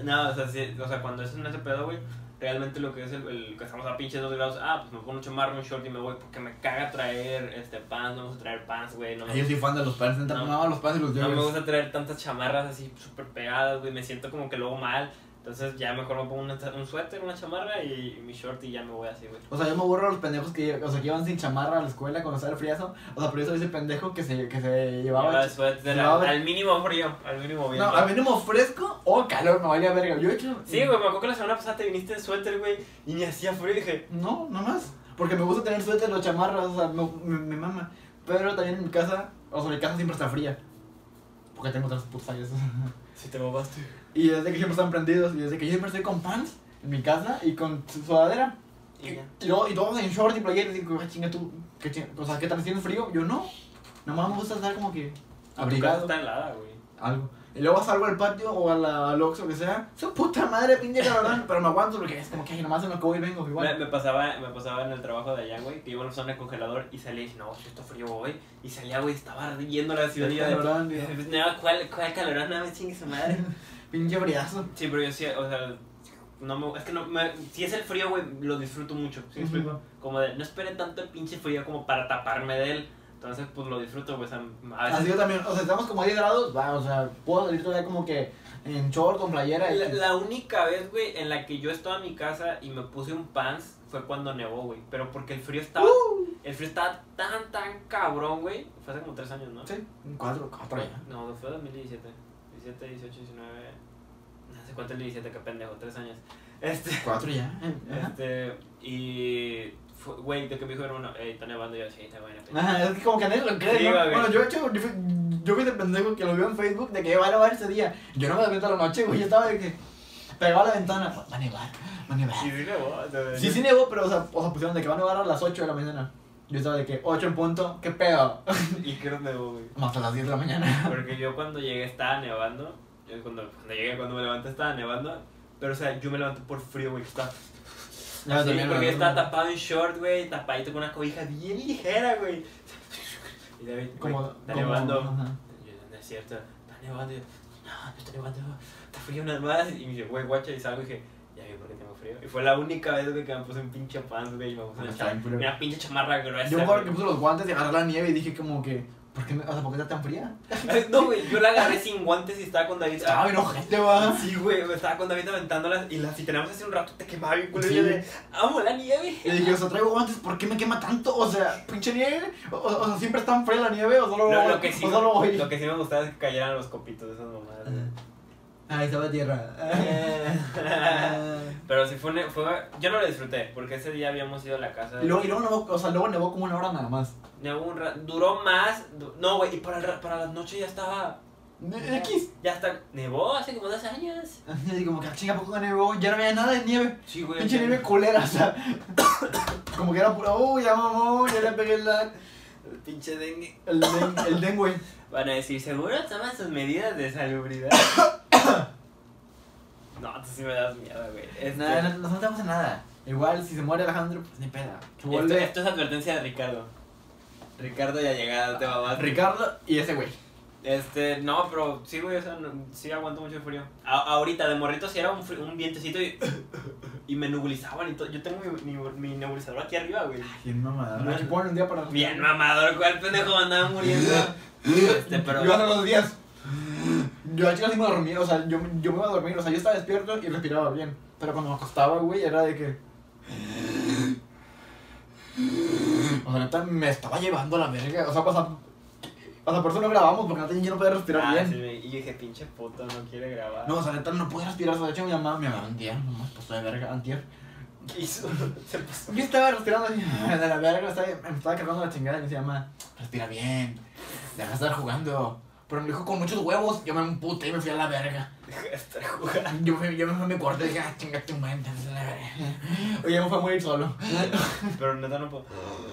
[SPEAKER 2] No, o sea, sí, o sea, cuando es en ese pedo, güey, realmente lo que es el, el que estamos a pinches 2 grados, ah, pues me pongo un chamarra, un short y me voy porque me caga traer este pants, no me gusta traer pants, güey, no, me-
[SPEAKER 1] soy fan de los padres,
[SPEAKER 2] No.
[SPEAKER 1] los padres y los
[SPEAKER 2] no me gusta traer tantas chamarras así súper pegadas, güey, me siento como que luego mal, entonces ya mejor me pongo una- un suéter, una chamarra y, y mi short y ya me voy así, güey.
[SPEAKER 1] O sea, yo me aburro de los pendejos que, o sea, que iban sin chamarra a la escuela cuando estaba el friazo. O sea, pero yo soy ese pendejo que se, que se
[SPEAKER 2] Llevaba
[SPEAKER 1] llevaba.
[SPEAKER 2] el suéter al,
[SPEAKER 1] llevaba-
[SPEAKER 2] al mínimo frío, al mínimo bien.
[SPEAKER 1] No, a mínimo fresco o calor, me valía verga. Yo he hecho.
[SPEAKER 2] Sí, güey, me acuerdo que la semana pasada te viniste de suéter, güey, y ni hacía frío, dije,
[SPEAKER 1] No, no más. Porque me gusta tener suéter o chamarras, o sea, me, me, me mama. Pero también en mi casa, o sea, mi casa siempre está fría. Porque tengo otras putas aires.
[SPEAKER 2] si te mamaste.
[SPEAKER 1] Y desde que siempre están prendidos, y desde que yo siempre estoy con pants en mi casa y con su- sudadera.
[SPEAKER 2] Y ya.
[SPEAKER 1] Y, luego- y todos en short y playeras, y digo, "Ah, chinga tú, ¿qué chinga? O sea, ¿qué tal? ¿Tienes frío? Yo no. Nomás me gusta estar como que
[SPEAKER 2] Abrigado.
[SPEAKER 1] abrigado.
[SPEAKER 2] Está helada, güey.
[SPEAKER 1] Algo. Y luego salgo al patio o a la al Oxxo, lo que sea. Su puta madre, pinche cabrón. pero me aguanto porque es como que ay, nomás en lo que voy y vengo.
[SPEAKER 2] Me,
[SPEAKER 1] Igual.
[SPEAKER 2] me pasaba, me pasaba en el trabajo de allá, güey, que iba a la zona de congelador y salía y dije, no, si está frío hoy. Y salía, güey, estaba ardiendo la ciudad. Y yo de,
[SPEAKER 1] Cabrón, digo,
[SPEAKER 2] no, ¿cuál, cuál calorón? No, me chingue su madre.
[SPEAKER 1] Pinche briazo.
[SPEAKER 2] Sí, pero yo sí, o sea, no me, es que no, me- si es el frío, güey, lo disfruto mucho. ¿sí me explico?
[SPEAKER 1] Ujú.
[SPEAKER 2] Como de, no esperé tanto el pinche frío como para taparme de él. Entonces, pues lo disfruto, güey. o sea, a veces
[SPEAKER 1] Así yo también, o sea, estamos como a 10 grados, va, o sea, puedo salir todavía como que en short, con playera. y-
[SPEAKER 2] La, la única vez, güey, en la que yo estaba en mi casa y me puse un pants fue cuando nevó, güey. Pero porque el frío estaba.
[SPEAKER 1] Uh.
[SPEAKER 2] El frío estaba tan, tan cabrón, güey. Fue hace como tres años, ¿no?
[SPEAKER 1] Sí, un cuatro, cuatro ya.
[SPEAKER 2] No, fue 2017. 17, 18, 19. No sé cuánto es el 17, qué pendejo, tres años. Este.
[SPEAKER 1] Cuatro ya. eh, ajá.
[SPEAKER 2] Este. Y. fue- Güey, de que me dijo hermano, eh, está nevando y yo, sí, está buena. pendejo".
[SPEAKER 1] Ajá, es que como que nadie lo cree,
[SPEAKER 2] Sí,
[SPEAKER 1] ¿no?
[SPEAKER 2] va, güey.
[SPEAKER 1] Bueno, yo he hecho, yo fui- yo vi de pendejo que lo vio en Facebook de que iba a nevar ese día. Yo no me dormí toda la noche, güey, yo estaba de que pegaba la ventana, va a nevar, va a
[SPEAKER 2] Y
[SPEAKER 1] nevar.
[SPEAKER 2] sí nevó, o sea,
[SPEAKER 1] Sí, sí nevó, pero o sea, o sea, pusieron de que va a nevar a las 8 de la mañana. Yo estaba de que 8 en punto, qué pedo.
[SPEAKER 2] Y creo que nevó, güey.
[SPEAKER 1] Hasta las 10 de la mañana.
[SPEAKER 2] Porque yo cuando llegué estaba nevando. Yo cuando, cuando llegué, cuando me levanté estaba nevando. Pero, o sea, yo me levanté por frío, güey. que Estaba,
[SPEAKER 1] Ya,
[SPEAKER 2] sí,
[SPEAKER 1] también,
[SPEAKER 2] porque
[SPEAKER 1] la-
[SPEAKER 2] yo estaba tapado en short, güey. Tapadito con una cobija bien ligera, güey. Y David, güey,
[SPEAKER 1] Como,
[SPEAKER 2] está
[SPEAKER 1] como-
[SPEAKER 2] nevando.
[SPEAKER 1] ajá.
[SPEAKER 2] Yo, no es cierto, está nevando. Y yo, no, no está nevando. Está frío unas más. Y me dice, güey, guacha. Y salgo y dije, ya vi por qué tengo frío. Y fue la única vez, güey, que me puse un pinche pants, güey. Y me puse
[SPEAKER 1] Porque
[SPEAKER 2] una,
[SPEAKER 1] estaba
[SPEAKER 2] cham-
[SPEAKER 1] en Ah, frío.
[SPEAKER 2] una pinche chamarra gruesa.
[SPEAKER 1] Yo me acuerdo que
[SPEAKER 2] güey.
[SPEAKER 1] puse los guantes y agarré la nieve y dije como que, ¿por qué, me- o sea, ¿por qué está tan fría?
[SPEAKER 2] No, güey, yo la agarré sin guantes y estaba con David.
[SPEAKER 1] Estaba bien ojete, va.
[SPEAKER 2] Ah, Sí, güey, me estaba con David aventándolas y las si teníamos hace un rato te quemaba bien culo y
[SPEAKER 1] Sí.
[SPEAKER 2] yo de amo la nieve.
[SPEAKER 1] Y dije, o sea, traigo guantes, ¿por qué me quema tanto? O sea, pinche nieve. O, o- o sea, siempre es tan fría la nieve o solo
[SPEAKER 2] Lo,
[SPEAKER 1] voy.
[SPEAKER 2] lo que sí,
[SPEAKER 1] o solo voy.
[SPEAKER 2] lo que sí me gustaba es que cayeran los copitos de esas mamadas.
[SPEAKER 1] Ahí estaba tierra.
[SPEAKER 2] Pero sí fue, un- fue yo no lo disfruté porque ese día habíamos ido a la casa.
[SPEAKER 1] y luego, y luego nevó, o sea, luego nevó como una hora nada más.
[SPEAKER 2] Nevó un ra- duró más, du- no güey, y para el ra- para las noches ya estaba
[SPEAKER 1] Ne- X.
[SPEAKER 2] Ya hasta nevó hace como dos años.
[SPEAKER 1] Y como que "Ah, chinga poco nevó, ya no había nada de nieve.
[SPEAKER 2] Sí, güey.
[SPEAKER 1] Pinche
[SPEAKER 2] ya-
[SPEAKER 1] nieve culera, o sea. como que era pura, oh, ya mamó, ya le pegué la,
[SPEAKER 2] el Pinche dengue.
[SPEAKER 1] el, den, el dengue.
[SPEAKER 2] Van a decir, seguro toman sus medidas de salubridad. no, tú sí me das miedo, güey. Este,
[SPEAKER 1] Nada, no, no estamos en nada. Igual, si se muere Alejandro, pues ni peda. Que
[SPEAKER 2] esto,
[SPEAKER 1] vuelve
[SPEAKER 2] esto es advertencia de Ricardo. Ricardo ya llegada, te mamaste.
[SPEAKER 1] Ricardo y ese güey.
[SPEAKER 2] Este, no, pero sí, güey, o sea, no- sí aguanto mucho el frío. A- ahorita, de morrito, sí era un, fri- un vientecito y, y me nebulizaban y todo. Yo tengo mi, mi, mi nebulizador aquí arriba, güey.
[SPEAKER 1] Bien mamada.
[SPEAKER 2] No,
[SPEAKER 1] Aquí ponen un día para.
[SPEAKER 2] Bien mamador, cuál pendejo andaba muriendo. Este, pero.
[SPEAKER 1] Yo hace dos días. Yo a chicas sí me dormía, o sea, yo, yo me iba a dormir, o sea, yo estaba despierto y respiraba bien. Pero cuando me acostaba, güey, era de que. O sea, neta, me estaba llevando a la verga. O sea, pasa. O sea, por eso no grabamos, porque neta yo no podía respirar
[SPEAKER 2] Ah,
[SPEAKER 1] bien.
[SPEAKER 2] sí, güey, y yo dije, pinche puto, no quiere grabar.
[SPEAKER 1] No, o sea, neta no podía respirar. O sea, de hecho, mi mamá me mamá antier, no me pasó de verga, antier.
[SPEAKER 2] ¿Qué hizo? Se pasó.
[SPEAKER 1] Yo estaba respirando así, de la verga, estaba, me estaba cargando la chingada y me decía, mamá, respira bien, deja de estar jugando. Pero me dijo con muchos huevos, yo me emputé y me fui a la verga.
[SPEAKER 2] Dejó de estar jugando.
[SPEAKER 1] Yo me, yo me fui a mi cuarto y dije, ah, chinga tu madre, entonces a la verga. Oye, me fue a morir solo.
[SPEAKER 2] Pero neta no puedo.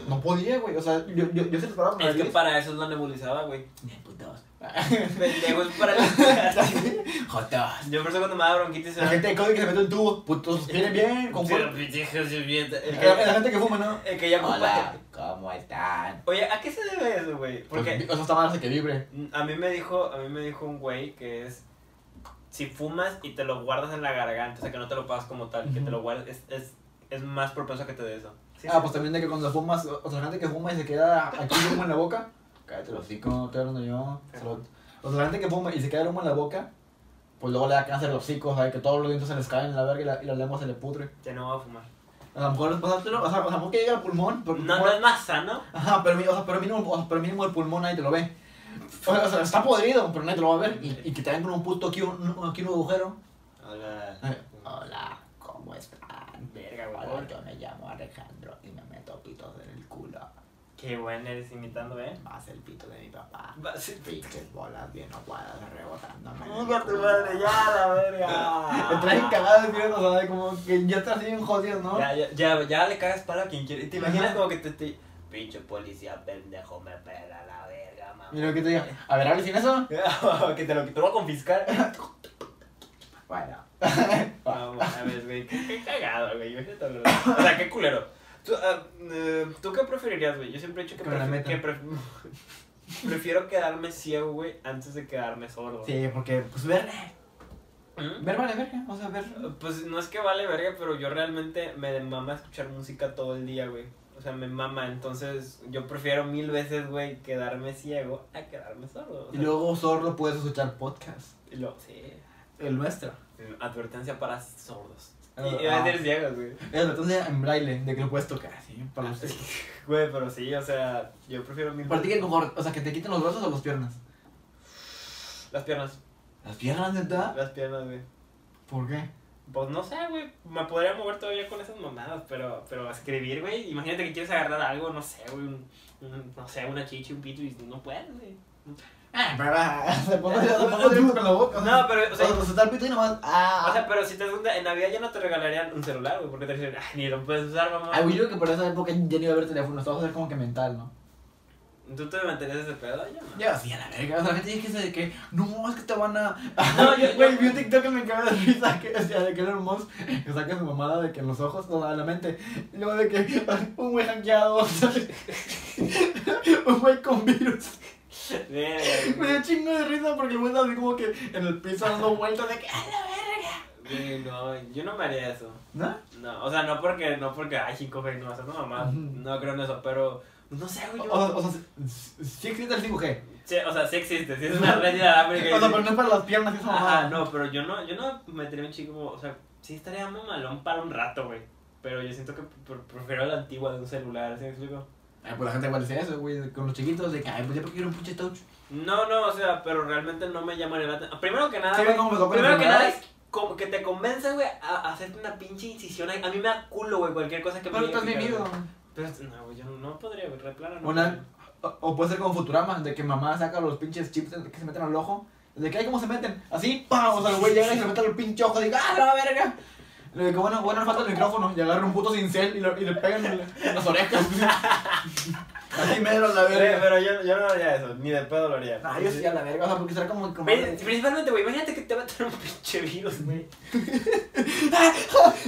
[SPEAKER 1] No podía, güey, o sea, yo, yo, yo se disparaba con la
[SPEAKER 2] Es que
[SPEAKER 1] nariz.
[SPEAKER 2] para eso es la nebulizada, güey.
[SPEAKER 1] Me putos.
[SPEAKER 2] Pendejo, es para la.
[SPEAKER 1] Jotos.
[SPEAKER 2] Yo por eso cuando me da bronquitis.
[SPEAKER 1] La gente de código que se mete un tubo, putos, vienen bien, con
[SPEAKER 2] Pero,
[SPEAKER 1] fuego.
[SPEAKER 2] pinche, es bien- el que-
[SPEAKER 1] La gente que fuma, ¿no?
[SPEAKER 2] El que ya ocupa-
[SPEAKER 1] ¿cómo están?
[SPEAKER 2] Oye, ¿a qué se debe eso, güey? Porque
[SPEAKER 1] Porque, o sea, está mal hace que vibre.
[SPEAKER 2] a mí me dijo, a mí me dijo un güey que es si fumas y te lo guardas en la garganta, o sea, que no te lo pasas como tal, que te lo guardas es, es, es más propenso a que te dé eso. Sí,
[SPEAKER 1] Ah, pues también de que cuando fumas, o o sea, la gente que fuma y se queda aquí el humo en la boca. Cállate el hocico, estoy hablando yo. Se lo- O sea, la gente que fuma y se queda el humo en la boca, pues luego le da cáncer los hocico, o sea, que todos los dientes se les caen en la verga y la, y la lengua se le pudre.
[SPEAKER 2] Ya no va a fumar.
[SPEAKER 1] A lo mejor pasártelo, o sea, a lo mejor que llega al pulmón, porque
[SPEAKER 2] No, no
[SPEAKER 1] mejor-
[SPEAKER 2] es más sano.
[SPEAKER 1] Ajá, pero, mi- o sea, pero, mínimo, o sea, pero mínimo el pulmón nadie te lo ve. O sea, o sea, está podrido, pero nadie te lo va a ver. Y, y que te den con un puto aquí un, aquí un agujero. Eh, Hola, ¿cómo están?
[SPEAKER 2] Verga, güey.
[SPEAKER 1] Hola, yo me llamo Alejandro y me meto pitos en el culo.
[SPEAKER 2] Qué bueno eres imitando, ¿eh?
[SPEAKER 1] Más el pito de mi papá.
[SPEAKER 2] Va a ser-
[SPEAKER 1] Pinches bolas bien aguadas rebotándome.
[SPEAKER 2] Chinga tu madre, ya la verga.
[SPEAKER 1] Te traen cagadas, tío, o sea, como que ya estás bien jodido, ¿no?
[SPEAKER 2] Ya, ya, ya, ya le cagas para a quien quiere. ¿Te imaginas
[SPEAKER 1] Ajá.
[SPEAKER 2] como que te, te- Pinche policía pendejo, me pela la verga, mamá.
[SPEAKER 1] Y lo que te diga, a ver, ¿hables sin eso?
[SPEAKER 2] que te lo, que te lo voy a confiscar.
[SPEAKER 1] Bueno.
[SPEAKER 2] No mames, güey. Qué, qué cagado, güey. Imagínate hablar de- O sea, qué culero. ¿Tú, ah, eh, ¿tú qué preferirías, güey? Yo siempre he dicho que,
[SPEAKER 1] Que me la
[SPEAKER 2] prefi-
[SPEAKER 1] metan.
[SPEAKER 2] que pref- prefiero quedarme ciego, güey, antes de quedarme sordo.
[SPEAKER 1] Sí, porque, pues, ver,
[SPEAKER 2] ¿Mm?
[SPEAKER 1] ver vale verga, o sea, ver...
[SPEAKER 2] Pues no es que vale verga, pero yo realmente me mama escuchar música todo el día, güey. O sea, me mama. Entonces, yo prefiero mil veces, güey, quedarme ciego a quedarme sordo. O
[SPEAKER 1] Y
[SPEAKER 2] sea,
[SPEAKER 1] luego sordo puedes escuchar podcast.
[SPEAKER 2] y luego- sí.
[SPEAKER 1] El nuestro.
[SPEAKER 2] Advertencia para sordos. Y,
[SPEAKER 1] Ah.
[SPEAKER 2] y va a ser ciegos, güey.
[SPEAKER 1] El ratón de en braille, de que lo puedes tocar, Ah, sí, para los...
[SPEAKER 2] Güey, pero sí, o sea, yo prefiero mil
[SPEAKER 1] Para ti que mejor, o sea, que te quiten los brazos o las piernas.
[SPEAKER 2] Las piernas,
[SPEAKER 1] ¿Las piernas, neta?
[SPEAKER 2] las piernas, güey.
[SPEAKER 1] ¿Por qué?
[SPEAKER 2] Pues no sé, güey, me podría mover todavía con esas mamadas, pero, pero escribir, güey, imagínate que quieres agarrar algo, no sé, güey, un, un- no sé, una chichi, un pito, y no puedes, güey.
[SPEAKER 1] Ah, pero va, se pone se pone directo con la boca.
[SPEAKER 2] No, pero, o sea,
[SPEAKER 1] se está el pito y nomás. Ah.
[SPEAKER 2] o sea, pero si te das cuenta, en Navidad ya no te regalarían un celular, güey, porque te dicen, ay, ni lo puedes usar, mamá.
[SPEAKER 1] Ay, Ah, güey, yo creo que por esa época ya no iba a haber teléfonos, todo va a ser como que mental, ¿no?
[SPEAKER 2] ¿Tú te mantenías ese pedo? Ya, no.
[SPEAKER 1] Ya, así a la verga. O sea, la gente dice que, se- que no, es que te van a.
[SPEAKER 2] No, yo- yo-
[SPEAKER 1] Güey, vi un TikTok que me cagaba de risa, que decía de que Elon Musk que saca su mamada de que en los ojos, o sea, en la mente. Y luego de que un güey hackeado, o sea, un güey con virus.
[SPEAKER 2] Verga,
[SPEAKER 1] Me
[SPEAKER 2] güey.
[SPEAKER 1] dio chingo de risa porque el güey estaba así como que en el piso dando vueltas de que "Ah, a la verga.
[SPEAKER 2] Güey, no, yo no me haría eso.
[SPEAKER 1] ¿No?
[SPEAKER 2] No, o sea, no porque, no porque, ay, 5G, no, o sea, no, mamá,
[SPEAKER 1] Ujú.
[SPEAKER 2] no creo en eso, pero, no sé, güey, yo...
[SPEAKER 1] O, o sea, sí- sí existe el 5G.
[SPEAKER 2] Sí, o sea, sí existe, sí es una red inalámbrica.
[SPEAKER 1] O sea, pero no es para las piernas y esa mamada.
[SPEAKER 2] Ajá, no, pero yo no, yo no metería un chico, o sea, sí estaría mamalón para un rato, güey. Pero yo siento que pr- prefiero la antigua de un celular, ¿sí me explico?
[SPEAKER 1] Ay, pues la gente igual dice eso, güey, con los chiquitos, de que, ay, pues yo prefiero un pinche touch.
[SPEAKER 2] No, no, o sea, pero realmente no me llamaría la atención. Primero que nada,
[SPEAKER 1] Sí, ven cómo me tocó la
[SPEAKER 2] primero que nada
[SPEAKER 1] enfermedad.
[SPEAKER 2] es como que te convence, güey, a, a hacerte una pinche incisión. ahí. A mí me da culo, güey, cualquier cosa que
[SPEAKER 1] Pero
[SPEAKER 2] me
[SPEAKER 1] estás
[SPEAKER 2] digan,
[SPEAKER 1] vivido.
[SPEAKER 2] Pero, no, güey, yo no podría, güey, replano, no.
[SPEAKER 1] Una, o, o puede ser como Futurama, de que mamá saca los pinches chips que se meten al ojo De que, ay, ¿cómo se meten? Así, ¡pam! O sea, el güey llega y se mete al pinche ojo. Digo, ¡ah, la verga! Le digo, bueno, bueno, le falta el micrófono. Y agarra un puto cincel y, lo- y le pegan en, la- en las orejas. Así mero, la
[SPEAKER 3] Pero,
[SPEAKER 1] verga.
[SPEAKER 3] yo, yo no haría eso, ni de pedo lo haría.
[SPEAKER 1] Ah, yo sí, a la verga. O sea, porque será como. como
[SPEAKER 2] Ve- Principalmente, güey, imagínate que te va a traer un pinche virus, güey.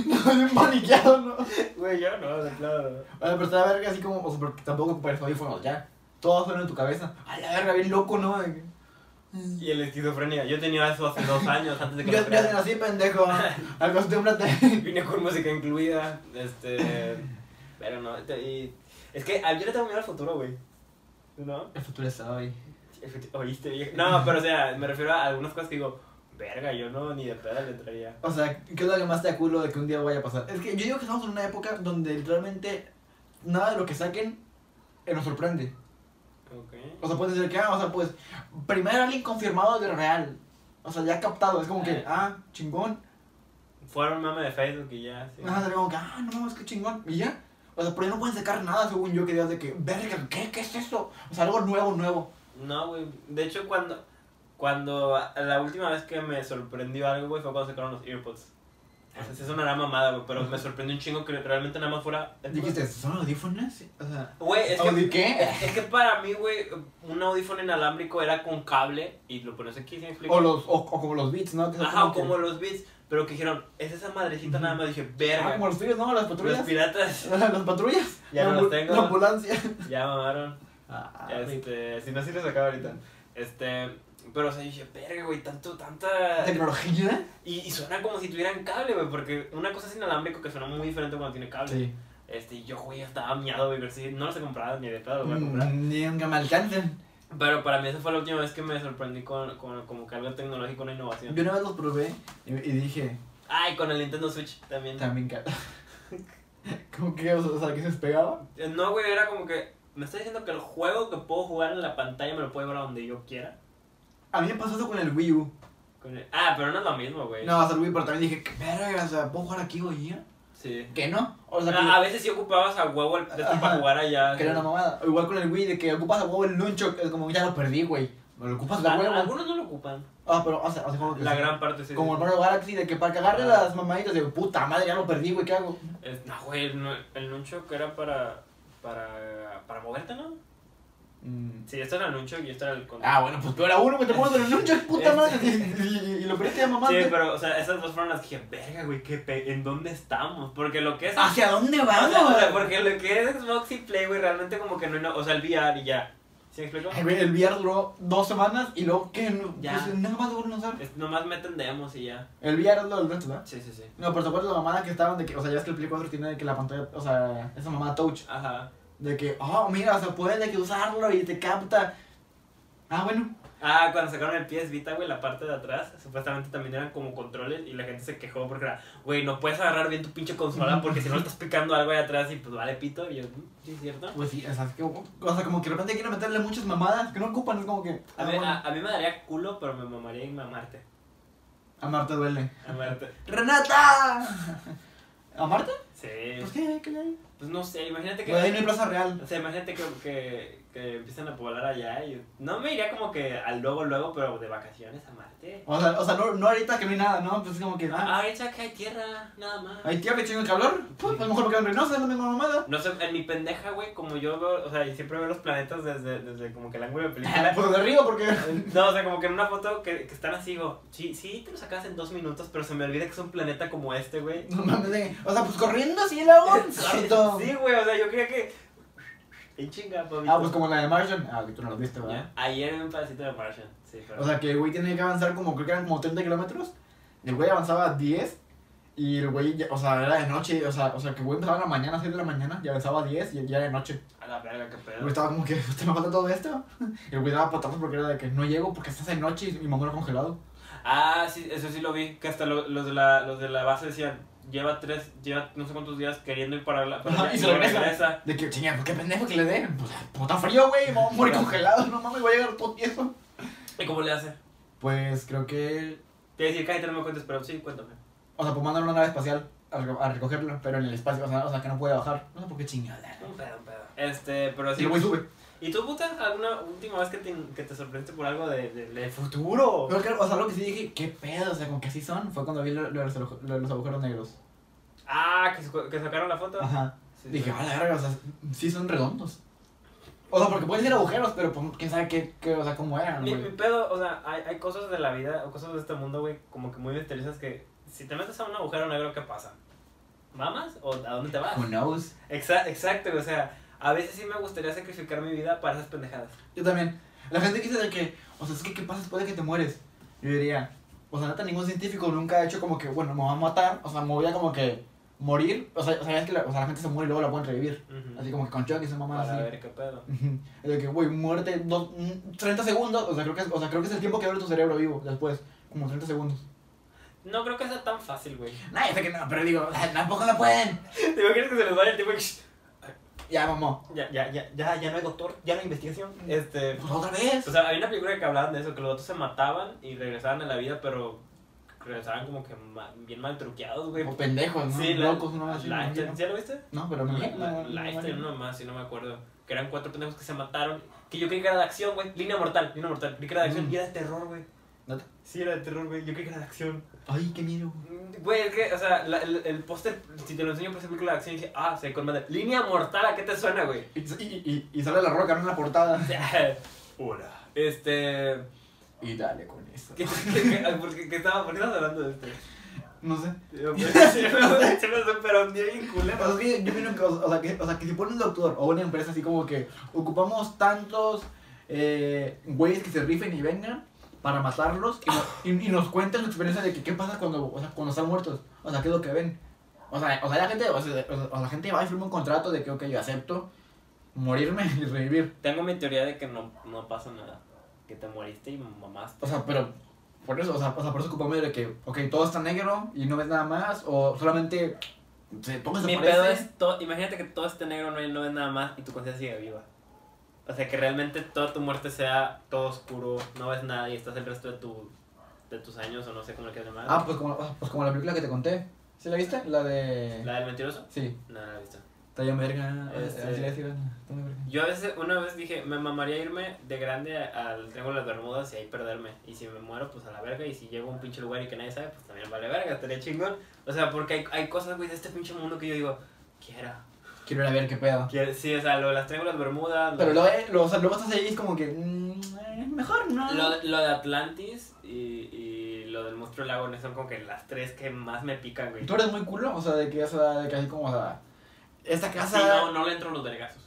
[SPEAKER 1] no, bien paniqueado, ¿no?
[SPEAKER 3] Güey, yo no, de claro.
[SPEAKER 1] Bueno, pero está la verga así como, o sea, porque tampoco ocupas audífonos ya. Todo suena en tu cabeza. A la verga, bien loco, ¿no? De que,
[SPEAKER 3] Y el esquizofrénico.
[SPEAKER 2] Esquizofrenia. Yo tenía eso hace dos años antes de que
[SPEAKER 1] Ya
[SPEAKER 2] me
[SPEAKER 1] ya
[SPEAKER 2] operara.
[SPEAKER 1] hacen así, pendejo. Acostúmbrate.
[SPEAKER 2] Vine con música incluida, este... Pero no, te- y- es que ah, yo le tengo miedo al futuro, güey. ¿No?
[SPEAKER 1] El futuro está hoy.
[SPEAKER 2] Oíste, viejo. No, pero o sea, me refiero a algunas cosas que digo, verga, yo no ni de pedo le entraría.
[SPEAKER 1] O sea, ¿qué es lo que más te aculo de que un día vaya a pasar? Es que yo digo que estamos en una época donde literalmente nada de lo que saquen eh, nos sorprende.
[SPEAKER 2] Ok.
[SPEAKER 1] O sea, puede ser que, ah, o sea, pues, primero alguien confirmado de real. O sea, ya captado, es como que, ah, chingón.
[SPEAKER 2] Fueron mame de Facebook y ya, sí.
[SPEAKER 1] Ajá, como que, ah, no mames, qué chingón. Y ya. O sea, pero ya no pueden sacar nada, según yo, que digas de que, verga, ¿qué? ¿Qué es eso? O sea, algo nuevo, nuevo.
[SPEAKER 2] No, güey. De hecho, cuando... Cuando... La última vez que me sorprendió algo, güey, fue cuando sacaron los earpods. O sea, sí sonará mamada, güey, pero me sorprendió un chingo que realmente nada más fuera...
[SPEAKER 1] Dijiste, ¿son audífonos? O sea,
[SPEAKER 2] Güey, es
[SPEAKER 1] ¿Audi
[SPEAKER 2] que,
[SPEAKER 1] qué?
[SPEAKER 2] es- es que para mí, güey, un audífono inalámbrico era con cable y lo pones aquí, ¿sí me explico?
[SPEAKER 1] o, los, o, o como los beats, ¿no? Que son
[SPEAKER 2] Ajá, o
[SPEAKER 1] que-
[SPEAKER 2] como los beats, pero que dijeron, es esa madrecita nada más, dije,
[SPEAKER 1] Ah,
[SPEAKER 2] verga,
[SPEAKER 1] como los tuyos, ¿no? Las patrullas.
[SPEAKER 2] los piratas
[SPEAKER 1] Las patrullas.
[SPEAKER 2] Ya
[SPEAKER 1] la
[SPEAKER 2] no
[SPEAKER 1] ambu-
[SPEAKER 2] los tengo.
[SPEAKER 1] La ambulancia.
[SPEAKER 2] ya mamaron,
[SPEAKER 1] Ah,
[SPEAKER 2] este,
[SPEAKER 3] Si no, sí lo sacaba ahorita.
[SPEAKER 2] este, pero o sea, yo dije, verga, güey, tanto, tanta,
[SPEAKER 1] ¿Tecnología?
[SPEAKER 2] y, y suena como si tuvieran cable, güey, porque una cosa es inalámbrico que suena muy diferente cuando tiene cable, este, y yo, güey, estaba miado, güey, pero sí, no los he comprado ni de pedo, los voy a comprar.
[SPEAKER 1] Mm, Ni aunque me alcancen.
[SPEAKER 2] Pero para mí esa fue la última vez que me sorprendí con, con como que algo tecnológico, una innovación.
[SPEAKER 1] Yo una vez los probé y, y dije,
[SPEAKER 2] Ay, con el Nintendo Switch también.
[SPEAKER 1] también caro. ¿Cómo que? O sea, que se despegaba.
[SPEAKER 2] Eh, No, güey, era como que. Me está diciendo que el juego que puedo jugar en la pantalla me lo puedo llevar a donde yo quiera.
[SPEAKER 1] A mí me pasó eso con el Wii U.
[SPEAKER 2] Con el- Ah, pero no es lo mismo, güey.
[SPEAKER 1] No, o sea, el Wii, pero también dije, ¿qué verga? O sea, ¿puedo jugar aquí hoy día?
[SPEAKER 2] Sí.
[SPEAKER 1] ¿Qué no? O sea,
[SPEAKER 2] Ah, a
[SPEAKER 1] que,
[SPEAKER 2] veces sí ocupabas a huevo el de esto
[SPEAKER 1] Ajá.
[SPEAKER 2] para jugar allá.
[SPEAKER 1] que era una mamada. O Igual con el Wii, de que ocupas a huevo el nunchuk, es como ya lo perdí, güey. Me lo ocupas de
[SPEAKER 2] Ah,
[SPEAKER 1] huevo.
[SPEAKER 2] Algunos no lo ocupan.
[SPEAKER 1] Ah, pero, o sea, o sea, como que
[SPEAKER 2] La
[SPEAKER 1] sí.
[SPEAKER 2] gran parte sí.
[SPEAKER 1] Como el
[SPEAKER 2] sí. Ah.
[SPEAKER 1] Mario Galaxy, de que para que agarre las mamaditas, de puta madre, ya lo perdí, güey, ¿qué hago?
[SPEAKER 2] Es- No, güey, el, nu- el Nunchuk era para. para. para moverte, ¿no?
[SPEAKER 1] Mm.
[SPEAKER 2] Sí, esto era el Nunchuk y esto era el. control.
[SPEAKER 1] Ah, bueno, pues peor a uno, güey, te pones en un nunchuk, puta
[SPEAKER 2] Este-
[SPEAKER 1] madre, y, y- y lo perdiste ya mamá.
[SPEAKER 2] Sí, pero, o sea, esas dos fueron las que dije, verga, güey, ¿qué pe- ¿en dónde estamos? Porque lo que es.
[SPEAKER 1] ¿Hacia dónde
[SPEAKER 2] O sea, o sea,
[SPEAKER 1] Ah, vamos?
[SPEAKER 2] porque lo que es Xbox y Play, güey, realmente como que no, no o sea, el VR y ya. ¿Sí me explico?
[SPEAKER 1] Ay, güey, el VR duró dos semanas y luego, ¿qué? No,
[SPEAKER 2] Ya.
[SPEAKER 1] pues, nada más lo volvieron a usar.
[SPEAKER 2] Es- nomás me entendemos y ya.
[SPEAKER 1] El VR es lo del resto, ¿verdad?
[SPEAKER 2] Sí, sí, sí.
[SPEAKER 1] No, pero te acuerdas la mamada que estaban de que, o sea, ya es que el Play 4 tiene de que la pantalla, o sea, esa mamada touch,
[SPEAKER 2] Ajá.
[SPEAKER 1] de que, oh, mira, o sea, puedes de que usarlo y te capta. Ah, bueno.
[SPEAKER 2] Ah, cuando sacaron el PS Vita, güey, la parte de atrás, supuestamente también eran como controles y la gente se quejó porque era, güey, no puedes agarrar bien tu pinche consola porque si no le estás picando algo ahí atrás y pues vale pito. Y yo, "Mm, sí, es cierto.
[SPEAKER 1] Pues sí, o sea, es que, o sea, como que de repente quieren meterle muchas mamadas que no ocupan, es como que.
[SPEAKER 2] A,
[SPEAKER 1] ah,
[SPEAKER 2] mí,
[SPEAKER 1] bueno.
[SPEAKER 2] a, a mí me daría culo, pero me mamaría y mamarte.
[SPEAKER 1] Amarte duele.
[SPEAKER 2] Amarte.
[SPEAKER 1] ¡Renata! ¿Amarte?
[SPEAKER 2] Sí.
[SPEAKER 1] Pues qué, qué le hay.
[SPEAKER 2] Pues no sé, imagínate que.
[SPEAKER 1] Pues ahí no hay plaza real.
[SPEAKER 2] O sea, imagínate que, que, que empiezan a poblar allá y no me iría como que al luego luego, pero de vacaciones a Marte.
[SPEAKER 1] O sea, o sea no, no ahorita que no hay nada, ¿no? Pues es como que. Ah,
[SPEAKER 2] Ah, ahorita que hay tierra, nada más.
[SPEAKER 1] hay tierra y chingo de calor. Pues a lo mejor me quedo en Reynosa, no tengo mamada.
[SPEAKER 2] No sé, en mi pendeja, güey, como yo veo, o sea, y siempre veo los planetas desde, desde como que el ángulo de película.
[SPEAKER 1] Por de río, Pues porque.
[SPEAKER 2] No, o sea, como que en una foto que, que están así, digo, sí, sí, te lo sacas en dos minutos, pero se me olvida que es un planeta como este, güey.
[SPEAKER 1] No mames, de- o sea, pues corriendo así el agua. Cierto.
[SPEAKER 2] Sí, güey, o sea, yo creía que... En chinga, papito.
[SPEAKER 1] Ah, pues como la de Martian. Ah, que tú no lo viste, ¿verdad?
[SPEAKER 2] Ya, Ayer en un pedacito de Martian, sí. pero-
[SPEAKER 1] O sea, que el güey tenía que avanzar como, creo que eran como 30 kilómetros. El güey avanzaba 10. Y el güey, ya- o sea, era de noche. O sea, o sea que el güey empezaba en la mañana, 6 de la mañana. Y avanzaba 10 y ya era de noche.
[SPEAKER 2] a la verga, qué
[SPEAKER 1] El güey
[SPEAKER 2] pedo.
[SPEAKER 1] estaba como que, ¿usted me falta todo esto? Y el güey daba patadas porque era de que no llego porque estás de noche y mi mamá era congelado.
[SPEAKER 2] Ah, sí, eso sí lo vi, que hasta lo- los, de la, los de la base decían, lleva tres, lleva no sé cuántos días queriendo ir para la... para
[SPEAKER 1] Ajá,
[SPEAKER 2] allá,
[SPEAKER 1] y se
[SPEAKER 2] no
[SPEAKER 1] regresa. De que, chinga, pues qué pendejo que le den. Pues, pues está frío, güey, me voy a morir congelado. No mames, voy a llegar todo tieso.
[SPEAKER 2] ¿Y cómo le hace?
[SPEAKER 1] Pues creo que.
[SPEAKER 2] Te decía, cállate, no me cuentes, pero sí, cuéntame.
[SPEAKER 1] O sea, pues mandaron una nave espacial a, reco- a recogerlo, pero en el espacio, o sea, o sea que no puede bajar. No sé por qué chingada.
[SPEAKER 2] Un pedo, un pedo. Este, pero
[SPEAKER 1] Y
[SPEAKER 2] sí.
[SPEAKER 1] el güey sube.
[SPEAKER 2] ¿Y tú, puta, alguna última vez que te, que te sorprendiste por algo de, de- del futuro?
[SPEAKER 1] Pero claro, o sea, lo que sí dije, ¿qué pedo? O sea, como que así son. Fue cuando vi lo- lo de los, aguj- lo de los agujeros negros.
[SPEAKER 2] Ah, que, su- que sacaron la foto.
[SPEAKER 1] Ajá.
[SPEAKER 2] Sí,
[SPEAKER 1] dije,
[SPEAKER 2] sí.
[SPEAKER 1] a la verga, o sea, sí son redondos. O sea, porque pueden ser agujeros, pero pues, quién sabe qué, qué, o sea, cómo eran,
[SPEAKER 2] Mi,
[SPEAKER 1] "Ah, güey.
[SPEAKER 2] mi pedo, o sea, hay, hay cosas de la vida o cosas de este mundo, güey, como que muy misteriosas que si te metes a un agujero negro, ¿qué pasa? ¿Mamas o a dónde te vas?
[SPEAKER 1] Who knows?
[SPEAKER 2] Exa- exacto, o sea, a veces sí me gustaría sacrificar mi vida para esas pendejadas.
[SPEAKER 1] Yo también. La gente que dice de que, o sea, es que qué pasa después de que te mueres. Yo diría, o sea, neta, ningún científico nunca ha hecho como que, bueno, me va a matar, o sea, me voy a como que morir. O sea, o sea, es que la, o sea, la gente se muere y luego la pueden revivir.
[SPEAKER 2] Ujú.
[SPEAKER 1] Así como que con shock y se mamá
[SPEAKER 2] para
[SPEAKER 1] así.
[SPEAKER 2] ver qué pedo.
[SPEAKER 1] Ujú. Es de que, güey, muerte, dos, mm, 30 segundos. O sea, creo que es, o sea, creo que es el tiempo que dura tu cerebro vivo después. Como 30 segundos.
[SPEAKER 2] No creo que sea tan fácil, güey.
[SPEAKER 1] No, yo sé que no, pero digo, tampoco me pueden.
[SPEAKER 2] ¿Te imaginas que se les vaya el tiempo? y-
[SPEAKER 1] Ya, mamó.
[SPEAKER 2] Ya, ya, ya, ya, ya no hay doctor, ya no hay investigación. Este,
[SPEAKER 1] Pues otra vez.
[SPEAKER 2] o sea, había una película que hablaban de eso, que los otros se mataban y regresaban a la vida, pero regresaban como que ma- bien mal truqueados, güey.
[SPEAKER 1] o pendejos, ¿no?
[SPEAKER 2] Sí, la-
[SPEAKER 1] Locos, ¿no? Así, me
[SPEAKER 2] Lifetime,
[SPEAKER 1] imagino.
[SPEAKER 2] ¿sí lo viste?
[SPEAKER 1] No, pero me imagino,
[SPEAKER 2] La-
[SPEAKER 1] no, no,
[SPEAKER 2] Lifetime,
[SPEAKER 1] no.
[SPEAKER 2] no más, si no me acuerdo. Que eran cuatro pendejos que se mataron. Que yo creí que era de acción, güey. Línea mortal, línea mortal. Creí que era de acción
[SPEAKER 1] Mm.
[SPEAKER 2] y era de terror, güey.
[SPEAKER 1] ¿Neta?
[SPEAKER 2] Sí, era de terror, güey. Yo creí que era de acción.
[SPEAKER 1] Ay, qué miedo.
[SPEAKER 2] Mm, Güey, es que, o sea, la- el, el póster, si te lo enseño por esa película de acción, dije, ah, se con madre. Línea mortal, ¿a qué te suena, güey?
[SPEAKER 1] Y, y, y- y sale la roca ¿no? en la portada.
[SPEAKER 2] Hola. Este.
[SPEAKER 1] Y dale con eso.
[SPEAKER 2] ¿Qué, qué, qué, por qué- qué estaba, por qué estabas hablando de esto? pues,
[SPEAKER 1] No sé.
[SPEAKER 2] Se me- se me superó un día bien
[SPEAKER 1] O sea, es
[SPEAKER 2] culero.
[SPEAKER 1] que yo opino que, o o sea, que, o sea, que si ponen un doctor o una empresa así como que ocupamos tantos eh, güeyes que se rifen y vengan para matarlos y, no- y- y nos cuenten la experiencia de que qué pasa cuando, o sea, cuando están muertos, o sea, qué es lo que ven. O sea, o sea la gente, o sea, o sea, la gente va y firma un contrato de que, ok, yo acepto morirme y revivir.
[SPEAKER 2] Tengo mi teoría de que no, no pasa nada. Que te moriste y mamaste.
[SPEAKER 1] O sea, pero por eso, o sea, o sea, por eso ocupamos de que, ok, todo está negro y no ves nada más, o solamente se todo
[SPEAKER 2] Mi
[SPEAKER 1] desaparece.
[SPEAKER 2] pedo es, to- imagínate que todo este negro no, hay- no es nada más y tu conciencia sigue viva. O sea, que realmente toda tu muerte sea todo oscuro, no ves nada y estás el resto de, tu, de tus años o no sé cómo le quieras llamar.
[SPEAKER 1] Ah, pues como, ah, pues como la película que te conté. ¿Sí la viste? La de.
[SPEAKER 2] ¿La del mentiroso?
[SPEAKER 1] Sí,
[SPEAKER 2] No, no la he visto.
[SPEAKER 1] está bien verga. Ah,
[SPEAKER 2] Este-
[SPEAKER 1] Así le decían, está bien verga.
[SPEAKER 2] Yo a veces, una vez dije, me mamaría irme de grande a- al Triángulo de las Bermudas y ahí perderme. Y si me muero, pues a la verga. Y si llego a un pinche lugar y que nadie sabe, pues también vale verga, estaría chingón. O sea, porque hay, hay cosas, güey, de este pinche mundo que yo digo, quiera.
[SPEAKER 1] Quiero ir a ver qué pedo.
[SPEAKER 2] Quiero- Sí, o sea, lo de las Triángulas Bermudas, lo,
[SPEAKER 1] Pero luego, eh, lo, o sea, luego estás ahí y es como que. mm, eh, mejor no.
[SPEAKER 2] lo de- lo de Atlantis y, y lo del monstruo del lago, ¿no? son como que las tres que más me pican, güey.
[SPEAKER 1] Tú eres muy culo, o sea, de que, o sea, de que así como, o sea. Esta casa.
[SPEAKER 2] Sí, no, no le entro los vergazos.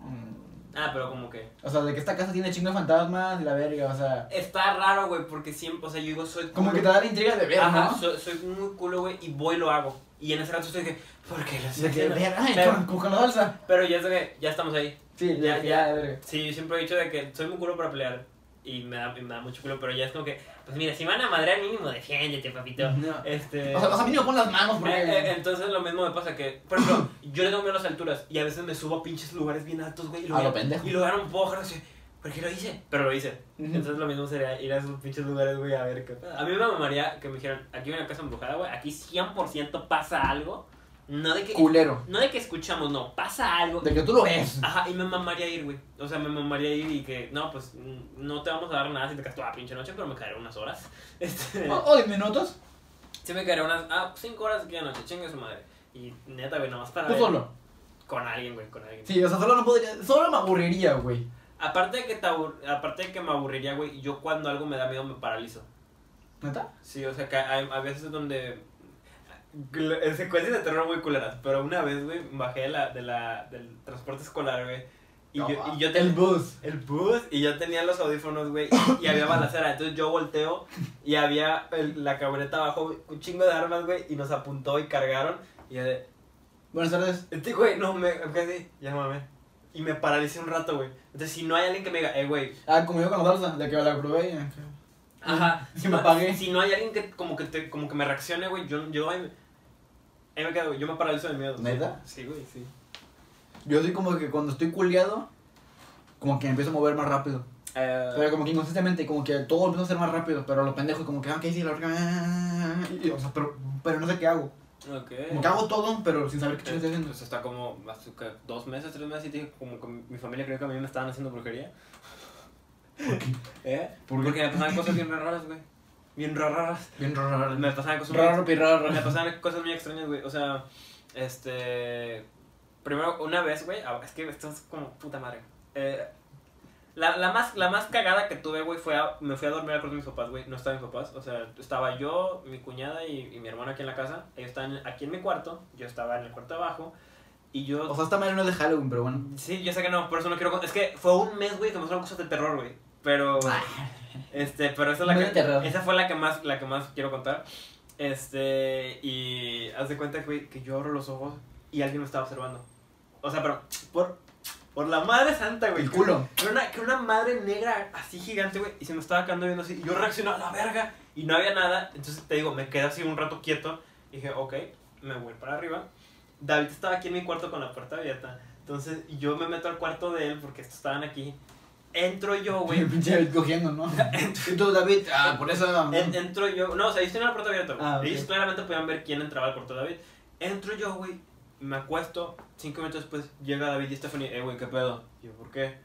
[SPEAKER 1] Mm,
[SPEAKER 2] Ah, pero como que...
[SPEAKER 1] O sea, de que esta casa tiene chingo de fantasmas y la verga, o sea.
[SPEAKER 2] Está raro, güey, porque siempre, o sea, yo digo, soy...
[SPEAKER 1] Como que te da la intriga de ver,
[SPEAKER 2] Ajá,
[SPEAKER 1] ¿no?
[SPEAKER 2] soy, soy muy culo, güey, y voy y lo hago. Y en ese rato estoy que, ¿por qué lo
[SPEAKER 1] De
[SPEAKER 2] estoy
[SPEAKER 1] que
[SPEAKER 2] haciendo?
[SPEAKER 1] ver, ay,
[SPEAKER 2] Pero-
[SPEAKER 1] con, como con la salsa.
[SPEAKER 2] Pero ya sé que ya estamos ahí.
[SPEAKER 1] Sí, de
[SPEAKER 2] Ya,
[SPEAKER 1] que
[SPEAKER 2] ya.
[SPEAKER 1] ya, de verga.
[SPEAKER 2] Sí, yo siempre he dicho de que soy muy culo para pelear. Y me da, y me da mucho culo, pero ya es como que, pues mira, si van a madrear mínimo, defiéndete, papito.
[SPEAKER 1] No.
[SPEAKER 2] Este...
[SPEAKER 1] O sea, o sea, mínimo pon las manos, porque.
[SPEAKER 2] eh, eh, entonces lo mismo me pasa que, por ejemplo, yo le tengo miedo a las alturas y a veces me subo a pinches lugares bien altos, güey, y
[SPEAKER 1] A lo
[SPEAKER 2] veo-
[SPEAKER 1] pendejo.
[SPEAKER 2] y lo agarro un poco, no sé, ¿por qué lo hice? Pero lo hice.
[SPEAKER 1] Ujú.
[SPEAKER 2] Entonces lo mismo sería ir a esos pinches lugares, güey, a ver qué pasa. A mí me mamaría que me dijeran, aquí hay una casa embrujada, güey, aquí 100% pasa algo. No de que
[SPEAKER 1] Culero.
[SPEAKER 2] no de que escuchamos, no, pasa algo.
[SPEAKER 1] De que tú lo ves.
[SPEAKER 2] Ajá, y me mamaría ir, güey. O sea, me mamaría ir y que, no, pues mm, no te vamos a dar nada si te quedas toda pinche noche, pero me quedaré unas horas. Este,
[SPEAKER 1] O, o de minutos.
[SPEAKER 2] sí me quedaré unas, ah, cinco horas aquí de noche, chingue su madre. Y neta, güey, nomás para
[SPEAKER 1] Tú
[SPEAKER 2] ver-
[SPEAKER 1] solo.
[SPEAKER 2] Con alguien, güey, con alguien.
[SPEAKER 1] Sí, o sea, solo no podría. Solo me aburriría, güey.
[SPEAKER 2] Aparte de que te abur- aparte de que me aburriría, güey, yo cuando algo me da miedo me paralizo.
[SPEAKER 1] ¿Neta?
[SPEAKER 2] Sí, o sea, que hay, hay veces donde... gl- en Secuencias de terror muy culeras, pero una vez, güey, bajé de la, de la, del transporte escolar, güey. Y,
[SPEAKER 1] No,
[SPEAKER 2] yo,
[SPEAKER 1] ah.
[SPEAKER 2] y yo
[SPEAKER 1] El bus.
[SPEAKER 2] El bus y yo tenía los audífonos, güey, y, y había balacera. Entonces yo volteo y había el- la camioneta abajo, güey, un chingo de armas, güey, y nos apuntó y cargaron. Y yo de,
[SPEAKER 1] Buenas tardes.
[SPEAKER 2] este güey, no, me casi, llámame. Y me paralicé un rato, güey. Entonces si no hay alguien que me diga, eh, güey,
[SPEAKER 1] Ah, como yo con la salsa, de que la probé. y-
[SPEAKER 2] ajá,
[SPEAKER 1] Sí
[SPEAKER 2] si
[SPEAKER 1] me
[SPEAKER 2] no-
[SPEAKER 1] apagué.
[SPEAKER 2] Si no hay alguien que como que, te, como que me reaccione, güey, yo, yo ahí, me- ahí me quedo, güey, yo me paralizo de miedo.
[SPEAKER 1] ¿Neta?
[SPEAKER 2] Sí, güey, sí.
[SPEAKER 1] Yo soy como que cuando estoy culeado, como que me empiezo a mover más rápido.
[SPEAKER 2] Eh,
[SPEAKER 1] Pero como que inconsistentemente, como que todo empieza a ser más rápido. Pero los pendejos, como que, ah, ok, sí, la verga. ah, ah, ah, ah, y- y, O sea, pero, pero no sé qué hago.
[SPEAKER 2] Ok.
[SPEAKER 1] Como que hago todo, pero sin saber qué chingados estoy haciendo.
[SPEAKER 2] Pues está como hace que dos meses, tres meses, y te dije, como que mi familia creo que a mí me estaban haciendo brujería. ¿Eh?
[SPEAKER 1] ¿Por qué?
[SPEAKER 2] Porque me pasaban cosas bien raras, güey. Bien raras.
[SPEAKER 1] Bien raro, raro.
[SPEAKER 2] Me pasaban cosas muy
[SPEAKER 1] Raro, pirraro.
[SPEAKER 2] me pasaban cosas muy extrañas, güey. O sea, este. Primero, una vez, güey. ah, Es que esto es como puta madre. Eh, la, la, más, la más cagada que tuve, güey, fue a- me fui a dormir al cuarto de mis papás, güey. No estaban mis papás. O sea, estaba yo, mi cuñada y, y mi hermano aquí en la casa. Ellos estaban aquí en mi cuarto. Yo estaba en el cuarto de abajo. Y yo.
[SPEAKER 1] O sea, esta madre no es de Halloween, pero bueno.
[SPEAKER 2] Sí, yo sé que no, por eso no quiero. con- Es que fue un mes, güey, que me pasaron cosas de terror, güey. Pero. Este, pero esa, es la
[SPEAKER 1] Muy Ah. de terror.
[SPEAKER 2] que, esa fue la que, más, la que más quiero contar. Este, y haz de cuenta, güey, que yo abro los ojos y alguien me estaba observando. O sea, pero por, por la madre santa, güey.
[SPEAKER 1] El culo.
[SPEAKER 2] Que una, que una madre negra así gigante, güey, y se me estaba quedando viendo así. Y yo reaccionaba a la verga y no había nada. Entonces te digo, me quedé así un rato quieto. Y dije, ok, me voy para arriba. David estaba aquí en mi cuarto con la puerta abierta. Entonces yo me meto al cuarto de él porque estos estaban aquí. Entro yo, güey.
[SPEAKER 1] El pinche David cogiendo, ¿no? y tú, David, ah, por eso. mamá.
[SPEAKER 2] En- entro yo, no, o sea, ellos tenían la puerta abierta, güey.
[SPEAKER 1] Ah, ok.
[SPEAKER 2] Ellos claramente podían ver quién entraba al cuarto de David. Entro yo, güey, me acuesto, cinco minutos después llega David y Stephanie, eh, güey, ¿qué pedo? Y yo, ¿por qué?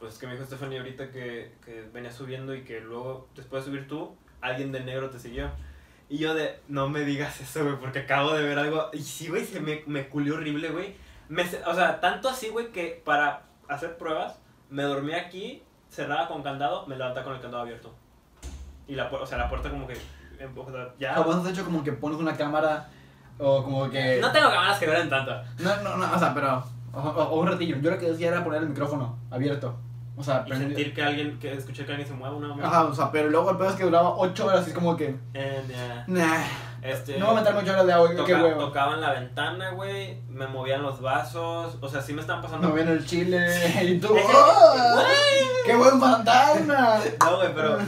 [SPEAKER 2] Pues es que me dijo Stephanie ahorita que, que venía subiendo y que luego, después de subir tú, alguien de negro te siguió. Y yo de, no me digas eso, güey, porque acabo de ver algo. Y sí, güey, se me, me culió horrible, güey. Me se- o sea, tanto así, güey, que para hacer pruebas, me dormí aquí, cerrada con candado, me levantaba con el candado abierto. Y la, pu- o sea, la puerta como que... em, o sea, ya...
[SPEAKER 1] Ah, vos has hecho como que pones una cámara o como que.
[SPEAKER 2] No tengo cámaras que duelen tanto.
[SPEAKER 1] No, no, no, o sea, pero. O, o- o un ratillo. Yo lo que decía era poner el micrófono abierto. O sea,
[SPEAKER 2] Y
[SPEAKER 1] prendido.
[SPEAKER 2] sentir que alguien, que escuché que alguien se mueva una mamá.
[SPEAKER 1] Ajá, o sea, pero luego el pedo es que duraba 8 horas y es como que.
[SPEAKER 2] And, yeah,
[SPEAKER 1] Nah.
[SPEAKER 2] eh, este,
[SPEAKER 1] No voy a meterme 8 horas de audio, qué
[SPEAKER 2] toca-
[SPEAKER 1] huevo.
[SPEAKER 2] Tocaban la ventana, güey, me movían los vasos, o sea, sí me estaban pasando...
[SPEAKER 1] No viene el chile y tú.
[SPEAKER 2] Ese-
[SPEAKER 1] ¡oh!
[SPEAKER 2] Güey.
[SPEAKER 1] ¡Qué buen fantasma!
[SPEAKER 2] No, güey, pero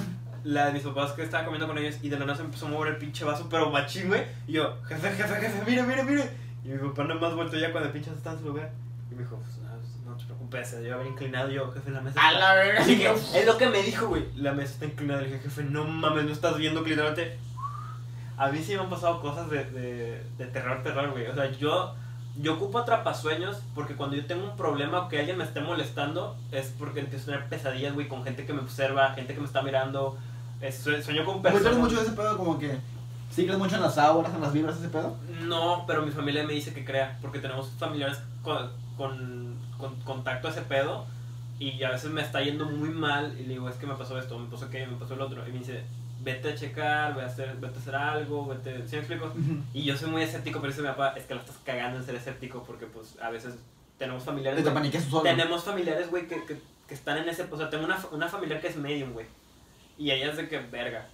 [SPEAKER 2] la de mis papás que estaba comiendo con ellos y de la nada se empezó a mover el pinche vaso, pero machín, güey. Y yo, jefe, jefe, jefe, mire, mire, mire. Y mi papá nomás volteó ya cuando el pinche vaso estaba en su lugar. Y me dijo, pues, no, pues, no te preocupes, se debe haber inclinado Y yo, jefe, la mesa.
[SPEAKER 1] A
[SPEAKER 2] Está...
[SPEAKER 1] la verga.
[SPEAKER 2] Así que, es lo que me dijo, güey. La mesa está inclinada. Le dije, jefe, no mames, no estás viendo que literalmente. A mí sí me han pasado cosas de, de, de terror, terror, güey. O sea, yo. Yo ocupo atrapasueños porque cuando yo tengo un problema o que alguien me esté molestando es porque empiezo a tener pesadillas, güey, con gente que me observa, gente que me está mirando. Es- sue- sueño con
[SPEAKER 1] Güey, ¿tú
[SPEAKER 2] personas.
[SPEAKER 1] eres mucho de ese pedo como que. ¿Sí crees mucho en las auras, en las vibras, ese pedo?
[SPEAKER 2] No, pero mi familia me dice que crea porque tenemos familiares con, con, con contacto a ese pedo y a veces me está yendo muy mal y le digo, es que me pasó esto, me pasó aquello, me pasó el otro. Y me dice, vete a checar, vete a hacer, vete a hacer algo, vete, ¿sí me explico? Y yo soy muy escéptico, pero dice mi papá, es que la estás cagando en ser escéptico porque pues a veces tenemos familiares...
[SPEAKER 1] Y te
[SPEAKER 2] güey,
[SPEAKER 1] paniqueas tú solo.
[SPEAKER 2] tenemos familiares, güey, que, que, que están en ese... O sea, tengo una, una familiar que es medium, güey. Y ella es de que, verga,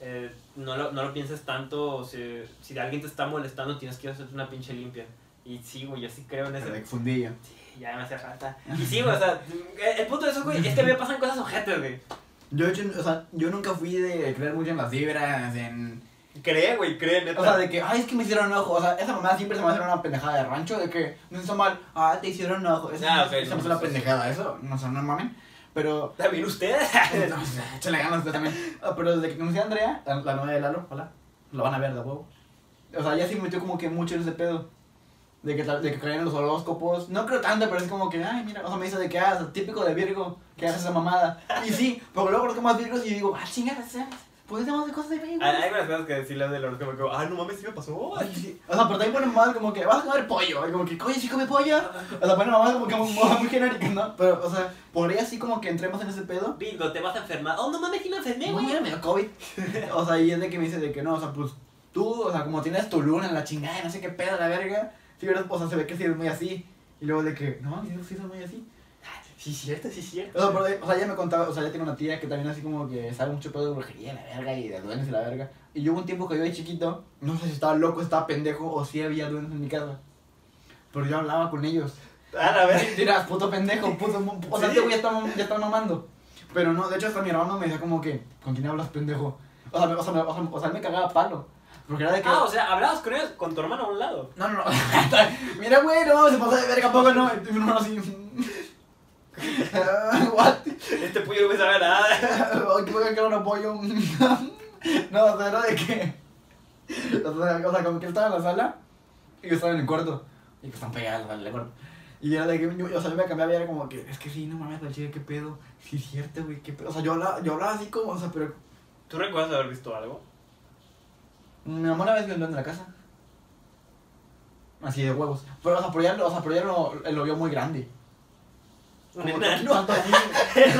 [SPEAKER 2] eh, no, lo, no lo pienses tanto. O sea, si alguien te está molestando, tienes que ir a hacerte una pinche limpia. Y sí, güey, yo sí creo en
[SPEAKER 1] Pero de
[SPEAKER 2] ese...
[SPEAKER 1] fundillo.
[SPEAKER 2] Ya me hace falta. Y sí, güey, o sea, el, el punto de eso, güey, es que a mí me pasan cosas ojetes, güey.
[SPEAKER 1] Yo, de hecho, o sea, yo nunca fui de creer mucho en las vibras, en...
[SPEAKER 2] Cree, güey, cree, neta.
[SPEAKER 1] O sea, de que, ay, es que me hicieron ojo. O sea, esa mamá siempre se me hace una pendejada de rancho, de que me hizo mal, ah, te hicieron ojo. Esa
[SPEAKER 2] Ah, ok,
[SPEAKER 1] esa me hace una
[SPEAKER 2] no, sí, sí.
[SPEAKER 1] pendejada, eso, no sé, no mamen. Pero,
[SPEAKER 2] ¿También ustedes?
[SPEAKER 1] no sé, échale ganas usted también. Ah, Pero desde que conocí a Andrea, la, la novia de Lalo, hola, lo van a ver de huevo. O sea, ella sí me metió como que mucho en ese pedo. De que, tal- de que caían los horóscopos. No creo tanto, pero es como que, ay, mira. O sea, me dice de que, ah, típico de Virgo, que haces esa mamada. Y sí, pero luego conozco más Virgos y yo digo, ah, chingada, pues hacemos de cosas de Virgo.
[SPEAKER 2] Hay algunas cosas que decirles de los que me quedo, ah, no mames, sí me pasó.
[SPEAKER 1] Ay, sí. O sea, pero también ponen más como que vas a comer pollo. Y como que, oye, sí come pollo. O sea, ponen mamás como que muy, muy genéricas, ¿no? Pero, o sea, por ahí así como que entremos en ese pedo.
[SPEAKER 2] Bingo, te vas a enfermar. Oh, no mames, sí me enfermé,
[SPEAKER 1] No,
[SPEAKER 2] güey.
[SPEAKER 1] mira, me dio COVID. O sea, y es de que me dice de que no, o sea, pues tú, o sea, como tienes tu luna en la chingada, y no sé qué pedo, la verga. Sí, ¿verdad? O sea, se ve que sí es muy así. Y luego de que, no, sí, sí es muy así.
[SPEAKER 2] Sí, cierto, sí, cierto.
[SPEAKER 1] O sea, pero, de- o sea, ella me contaba, o sea, ella tiene una tía que también así como que sabe mucho pedo de brujería, la verga, y de duendes y la verga. Y yo hubo un tiempo que yo de chiquito, no sé si estaba loco, estaba pendejo, o si había duendes en mi casa. Pero yo hablaba con ellos.
[SPEAKER 2] Ah, a ver.
[SPEAKER 1] Dirás, puto pendejo, puto... mo- O sea, este güey ya está, mam- ya está mamando. Pero no, de hecho hasta mi hermano me decía como que, ¿con quién hablas, pendejo? O sea, me- o sea, me, o sea, o sea, él me cagaba a palo. Porque era de que...
[SPEAKER 2] Ah, o sea, hablabas con ellos, con tu hermano a un lado.
[SPEAKER 1] No, no, no. Mira, güey, no, se pasa de verga, ¿a poco no. Y mi hermano así... "Ah, What?
[SPEAKER 2] Este pollo no me sabe nada.
[SPEAKER 1] Ay, que voy a quedar un apoyo. no, o sea, era de que. O sea, o sea, como que él estaba en la sala y yo estaba en el cuarto. Y que están pegadas las salas del cuarto. Y era de que yo, o sea, yo me cambiaba y era como que, es que sí, no mames, al chile, qué pedo. Sí, es cierto, güey, qué pedo. O sea, yo hablaba, yo hablaba así como, o sea, pero.
[SPEAKER 2] ¿Tú recuerdas haber visto algo?
[SPEAKER 1] Mi mamá una vez me habló en la casa. Así de huevos. Pero, o sea, pero ya, o sea, pero ya lo, él lo vio muy grande.
[SPEAKER 2] Un
[SPEAKER 1] Como
[SPEAKER 2] enano.
[SPEAKER 1] tanto así. Era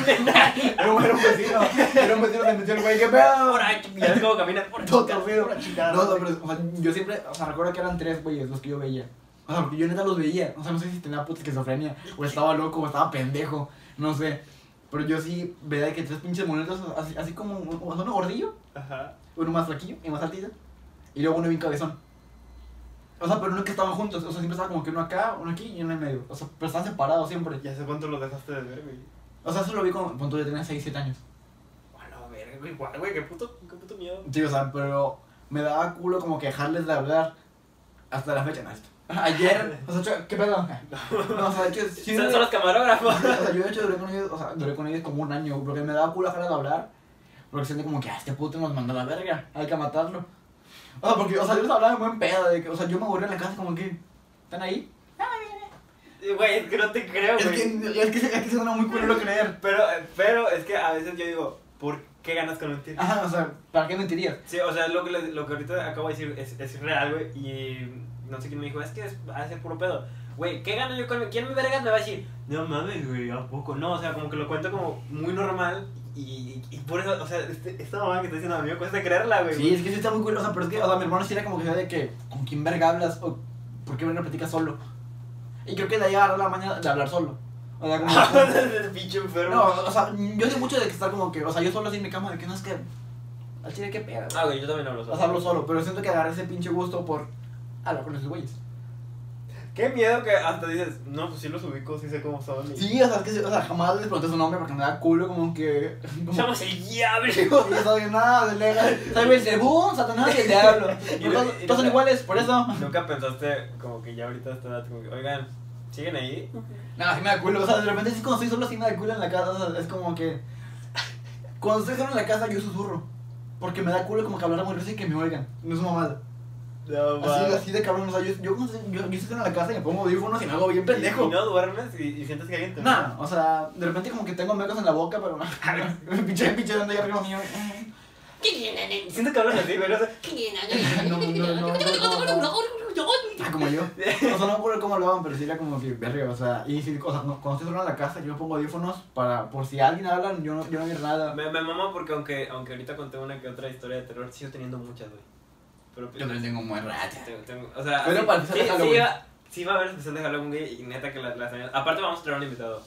[SPEAKER 1] un era un vecino. Era un vecino que metió el güey, qué pedo.
[SPEAKER 2] Por ahí, ya es como caminar por
[SPEAKER 1] Todo
[SPEAKER 2] chica.
[SPEAKER 1] torcido.
[SPEAKER 3] chingada.
[SPEAKER 1] No, no, pero o sea, yo siempre, o sea, recuerdo que eran tres güeyes los que yo veía. O sea, porque yo neta los veía. O sea, no sé si tenía puta esquizofrenia, o estaba loco, o estaba pendejo, no sé. Pero yo sí veía de que tres pinches monedos, así, así como un- o sea, uno gordillo,
[SPEAKER 3] Ajá.
[SPEAKER 1] uno más flaquillo y más altito, y luego uno bien cabezón. O sea, pero no que estaban juntos, o sea, siempre estaba como que uno acá, uno aquí y uno en medio. O sea, pero estaban separados siempre.
[SPEAKER 3] ¿Y hace cuánto lo dejaste de ver, güey?
[SPEAKER 1] O sea, eso lo vi cuando, cuando yo tenía 6, 7 años.
[SPEAKER 2] A la verga, güey, guau, güey, qué puto, qué puto miedo.
[SPEAKER 1] Sí, o sea, pero me daba culo como que dejarles de hablar hasta la fecha, no, esto. Ayer, o sea, cho- ¿qué pedo? No, o sea, de hecho, sí,
[SPEAKER 2] Son son los camarógrafos.
[SPEAKER 1] o sea, yo de hecho duré con ellos, o sea, duré con ellos como un año, porque me daba culo dejarles de hablar, porque sentí como que, ah, este puto nos mandó a la verga, hay que matarlo. O sea, porque, o sea, yo les hablaba de buen pedo, de que, o sea, yo me aburrí en la casa como que, ¿están ahí?
[SPEAKER 2] Güey, es que no te creo,
[SPEAKER 1] Es
[SPEAKER 2] Ah, güey. eh,
[SPEAKER 1] que, es que, es que suena muy culo creer.
[SPEAKER 3] Pero, pero es que a veces yo digo, ¿por qué ganas con mentir?
[SPEAKER 1] Ajá, o sea, ¿para qué mentirías?
[SPEAKER 2] Sí, o sea, lo que, les- lo que ahorita acabo de decir es, es real, güey. Y no sé quién me dijo, es que es, hace puro pedo. Güey, ¿qué gano yo con ¿Quién me vergas me va a decir? No mames, güey, ¿a poco? No, o sea, como que lo cuento como muy normal. Y, y, y por eso, o sea, este- esta mamá que está diciendo a mí me cuesta creerla, güey.
[SPEAKER 1] Sí, es que sí está muy curioso, pero es que, o sea, mi hermano sí era como que sea de que, ¿con quién verga hablas? ¿O por qué verga platicas solo? Y creo que de ahí agarró la mañana de hablar solo. O sea, como...
[SPEAKER 2] Ah, pinche enfermo.
[SPEAKER 1] no, o sea, yo sé mucho de que estar como que, o sea, yo solo así en mi cama, de que no es que... Al chile, ¿qué pedo?
[SPEAKER 2] Ah, güey, yo también hablo solo.
[SPEAKER 1] O sea, hablo solo, pero siento que agarré ese pinche gusto por hablar con esos güeyes.
[SPEAKER 3] Qué miedo que hasta dices, no, pues sí los ubico, sí sé cómo son. y-
[SPEAKER 1] Sí, o sea, es que, o sea, jamás les pregunté su nombre porque me da culo como que... Como...
[SPEAKER 2] Somos el diablo.
[SPEAKER 1] Sí, o sea, de nada, de legal. O sea, güey, Cebú, Satanás y el diablo. Pero todos- Todos son iguales, por eso.
[SPEAKER 3] Nunca pensaste como que ya ahorita a esta edad, como que, oigan, ¿siguen ahí?
[SPEAKER 1] No, sí me da culo. O sea, de repente sí cuando estoy solo sí me da culo en la casa. O sea, es como que. Cuando estoy solo en la casa yo susurro. Porque me da culo como que hablar muy risa y que me oigan. No es mamada.
[SPEAKER 3] No,
[SPEAKER 1] Así, así de cabrón. O sea, yo, yo, cuando estoy- yo, yo estoy solo en la casa y me pongo audífonos y me hago bien
[SPEAKER 3] Y,
[SPEAKER 1] pendejo.
[SPEAKER 3] no duermes y, y sientes que alguien te
[SPEAKER 1] No, o sea, de repente como que tengo mecos en la boca, pero. pinche, pinche, dando ahí arriba mío.
[SPEAKER 3] Sientes que hablas así, pero o sea,
[SPEAKER 1] No, no, no, no, Ah, como yo. O sea, no me acuerdo cómo hablaban, pero sí era como que verga, o sea, y sí, o sea, no- cuando estoy solo en la casa, yo me pongo audífonos para, por si alguien habla, yo no, yo no oigo nada.
[SPEAKER 2] Me, me mama porque aunque, aunque ahorita conté una que otra historia de terror, sigo teniendo muchas, güey. Pero
[SPEAKER 1] tengo muy rata.
[SPEAKER 2] Tengo- tengo- o sea,
[SPEAKER 1] Pero
[SPEAKER 2] sí-
[SPEAKER 1] para el especial de
[SPEAKER 2] sí,
[SPEAKER 1] Halloween.
[SPEAKER 2] sí va- sí va a haber especial de Halloween güey, y neta que las, las aparte vamos a traer un invitado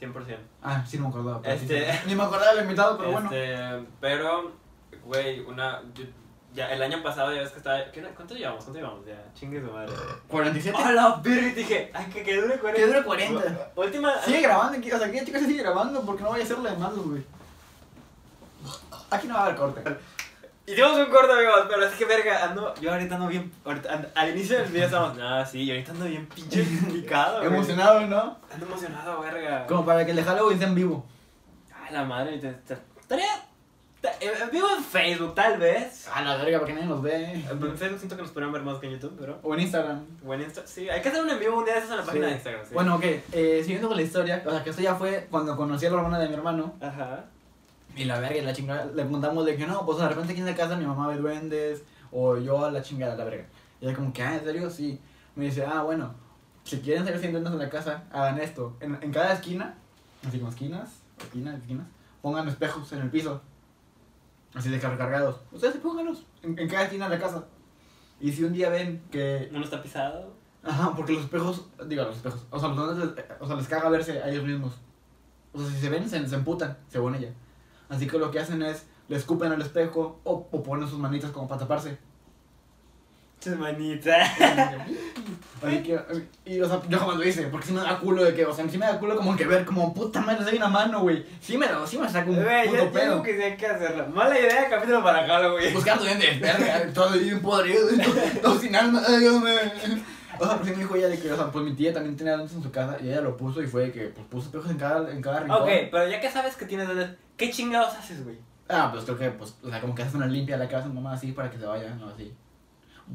[SPEAKER 2] 100%
[SPEAKER 1] Ah, sí, no me acordaba. pero sí,
[SPEAKER 2] Este-
[SPEAKER 1] sí. Ni me acordaba del invitado, Ah, pero bueno.
[SPEAKER 2] Este, pero güey una yo- ya el año pasado ya ves que estaba ¿qué, era? ¿cuánto llevamos? ¿cuánto llevamos? ya chingue su madre
[SPEAKER 1] 47.
[SPEAKER 2] a la verga y dije ay que, que dure 40
[SPEAKER 1] Que dure 40.
[SPEAKER 2] última
[SPEAKER 1] Sigue grabando, aquí, o sea, aquí chicos se sigue grabando porque no vaya a ser la de malos, güey. Aquí no va a haber corte.
[SPEAKER 2] Hicimos un corto, amigos, pero es que verga, ando, yo ahorita ando bien, ahorita ando- al inicio del video estábamos, no, sí, y ahorita ando bien pinche picado, güey.
[SPEAKER 1] Emocionado, ¿no?
[SPEAKER 2] Ando emocionado, verga.
[SPEAKER 1] Como para que el de Halloween sea en vivo.
[SPEAKER 2] A la madre, te, te- estaría- ta- eh, vivo en Facebook, tal vez.
[SPEAKER 1] A la verga, porque nadie nos ve.
[SPEAKER 2] En Facebook siento que nos podrían ver más que en YouTube, pero.
[SPEAKER 1] O en Instagram.
[SPEAKER 2] O en Insta- sí, hay que hacer un en vivo un día de esos en la página de Instagram, sí.
[SPEAKER 1] Bueno, ok, eh, siguiendo con la historia, o sea, que esto ya fue cuando conocí a la hermana de mi hermano.
[SPEAKER 2] Ajá.
[SPEAKER 1] Y la verga, y la chingada, le contamos de que no, pues de repente aquí en la casa mi mamá ve duendes, o yo a la chingada, la verga. Y ella como que, ah, ¿en serio? Sí. Me dice, ah, bueno, si quieren salir sin duendes en la casa, hagan esto. En, en cada esquina, así como esquinas, esquinas, esquinas, pongan espejos en el piso. Así de que recargados. Ustedes sí pónganlos en, en cada esquina de la casa. Y si un día ven que
[SPEAKER 2] Uno está pisado.
[SPEAKER 1] Ajá, porque los espejos, digo, los espejos, o sea, los dones, les- eh, o sea, les caga verse a ellos mismos. O sea, si se ven, se, se emputan, según ella. Así que lo que hacen es, le escupen al espejo o, o ponen sus manitas como para taparse.
[SPEAKER 2] Manita.
[SPEAKER 1] Así que, y, o sea, yo jamás lo hice, porque sí me da culo de que, o sea, sí me da culo como que ver, como, puta madre, soy una mano, güey. Sí me da, sí me saca un
[SPEAKER 2] Güey, yo
[SPEAKER 1] puto pedo. Pues,
[SPEAKER 2] tengo que sí hay que hacerlo. Mala idea, capítulo para Halloween.
[SPEAKER 1] Buscar duendes, verga, todo bien podrido, todo- todo sin alma, ayúdame. O sea, por sí me dijo ella de que, o sea, pues mi tía también tenía duendes en su casa y ella lo puso y fue de que, pues puso espejos en cada, en cada rincón.
[SPEAKER 2] Ok, pero ya que sabes que tienes dudas, ¿qué chingados haces, güey?
[SPEAKER 1] Ah, pues creo que, pues, o sea, como que haces una limpia a la casa, mamá, así para que se vaya, ¿no? Así.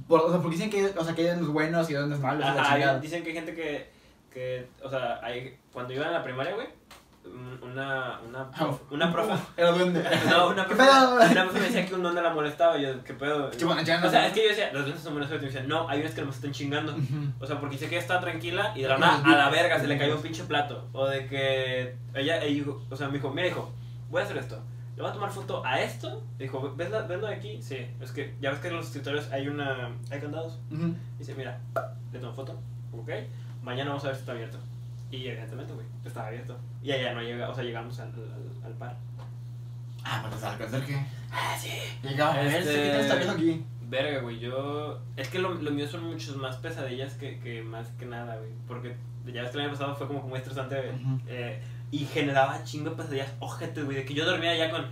[SPEAKER 1] Por- o sea, porque dicen que, o sea, que hay unos buenos y unos malos. y Ah, la
[SPEAKER 2] Ajá,
[SPEAKER 1] chingada.
[SPEAKER 2] dicen que hay gente que, que o sea, hay, cuando iban a la primaria, güey, un- una, una, prof- una profe,
[SPEAKER 1] Ah, Era duende.
[SPEAKER 2] no, una
[SPEAKER 1] ¿Qué
[SPEAKER 2] profe,
[SPEAKER 1] pedo?
[SPEAKER 2] una profe me decía que un duende la molestaba, y yo, qué pedo,
[SPEAKER 1] Qué buena chingada,
[SPEAKER 2] o sea,
[SPEAKER 1] ¿no?
[SPEAKER 2] es que yo decía, los duendes son buenos suerte, y me decían, no, hay unos que nos están chingando,
[SPEAKER 1] Ujú.
[SPEAKER 2] o sea, porque dice que ella estaba tranquila y de la nada, a la verga, se le cayó un pinche plato, o de que, ella, ella dijo, o sea, me dijo, mira, hijo, voy a hacer esto, le voy a tomar foto a esto, dijo, ¿ves, la, ves lo de aquí? Sí, es que, ya ves que en los escritorios hay una, hay candados,
[SPEAKER 1] Ujú.
[SPEAKER 2] Dice, mira, le tomo foto, ok, mañana vamos a ver si está abierto. Y evidentemente, güey, estaba abierto. Y allá no llega, o sea, llegamos al, al, al par.
[SPEAKER 1] Ah, pues al parecer que.
[SPEAKER 2] Ah, sí.
[SPEAKER 1] Llegaba.
[SPEAKER 2] Este-
[SPEAKER 1] Este... ¿Qué está viendo aquí?
[SPEAKER 2] Verga, güey, yo... Es que lo, lo mío son muchos más pesadillas que, que más que nada, güey. Porque ya ves que el año pasado fue como muy estresante, güey.
[SPEAKER 1] Ujú.
[SPEAKER 2] Eh, y generaba chingo de pesadillas, ojete, güey, de que yo dormía ya con...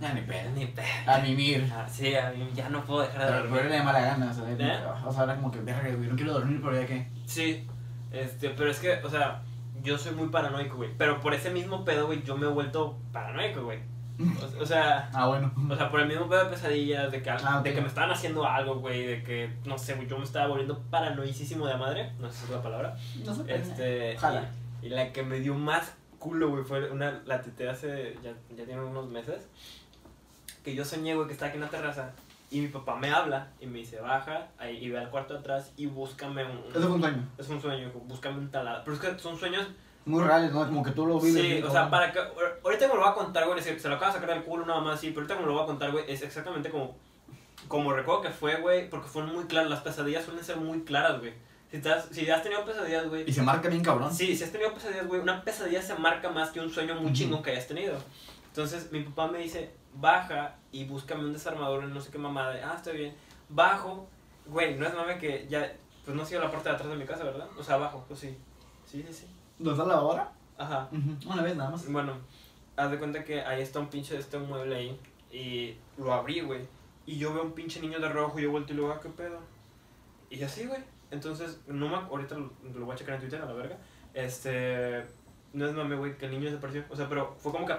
[SPEAKER 1] Ya ni pedo.
[SPEAKER 2] Ni pe-
[SPEAKER 1] A mimir.
[SPEAKER 2] Ah, sí, a mí ya no puedo dejar de
[SPEAKER 1] Pero
[SPEAKER 2] dormir.
[SPEAKER 1] era de mala gana, o sea, de-
[SPEAKER 2] ¿Eh?
[SPEAKER 1] o sea, era como que, verga, güey, no quiero dormir, pero ya que.
[SPEAKER 2] Sí, este, pero es que, o sea, yo soy muy paranoico, güey. Pero por ese mismo pedo, güey, yo me he vuelto paranoico, güey. O, o sea,
[SPEAKER 1] Ah, bueno.
[SPEAKER 2] o sea, por el mismo pedo de pesadillas, de que, al-
[SPEAKER 1] Ah,
[SPEAKER 2] de
[SPEAKER 1] ok.
[SPEAKER 2] que me estaban haciendo algo, güey, de que, no sé, güey, yo me estaba volviendo paranoicísimo de la madre, no sé si es la palabra.
[SPEAKER 1] No sé,
[SPEAKER 2] Este,
[SPEAKER 1] Ojalá.
[SPEAKER 2] Y, y la que me dio más culo, güey, fue una, la tete hace, ya, ya tiene unos meses, que yo soñé, güey, que estaba aquí en la terraza. Y mi papá me habla y me dice, baja ahí, y ve al cuarto atrás y búscame un... un-
[SPEAKER 1] Eso fue un sueño.
[SPEAKER 2] es un sueño, hijo, búscame un taladro. Pero es que son sueños.
[SPEAKER 1] Muy reales, ¿no? Como que tú lo vives.
[SPEAKER 2] Sí,
[SPEAKER 1] y-
[SPEAKER 2] o sea, para que. Ahorita me lo va a contar, güey. es decir, Se lo acaba de sacar del culo nada más, sí. Pero ahorita me lo va a contar, güey. Es exactamente como. Como recuerdo que fue, güey. Porque fueron muy claras. Las pesadillas suelen ser muy claras, güey. Si, te has- si has tenido pesadillas, güey.
[SPEAKER 1] Y se marca bien cabrón.
[SPEAKER 2] Sí, si has tenido pesadillas, güey. Una pesadilla se marca más que un sueño muy
[SPEAKER 1] Ujú.
[SPEAKER 2] chingón que hayas tenido. Entonces, mi papá me dice, baja y búscame un desarmador en no sé qué mamada. Ah, está bien. Bajo. Güey, no es mame que ya. Pues no ha sido la parte de atrás de mi casa, ¿verdad? O sea, bajo, pues sí. Sí, sí, sí.
[SPEAKER 1] ¿Nos da la hora?
[SPEAKER 2] Ajá.
[SPEAKER 1] Ujú, Una vez nada más.
[SPEAKER 2] Bueno, haz de cuenta que ahí está un pinche este mueble ahí. Y lo abrí, güey. Y yo veo un pinche niño de rojo y yo vuelto y le digo, ah, qué pedo. Y así, güey. Entonces, no me ac- ahorita lo, lo voy a checar en Twitter, a la verga. Este. No es mame, güey, que el niño desapareció. O sea, pero fue como que.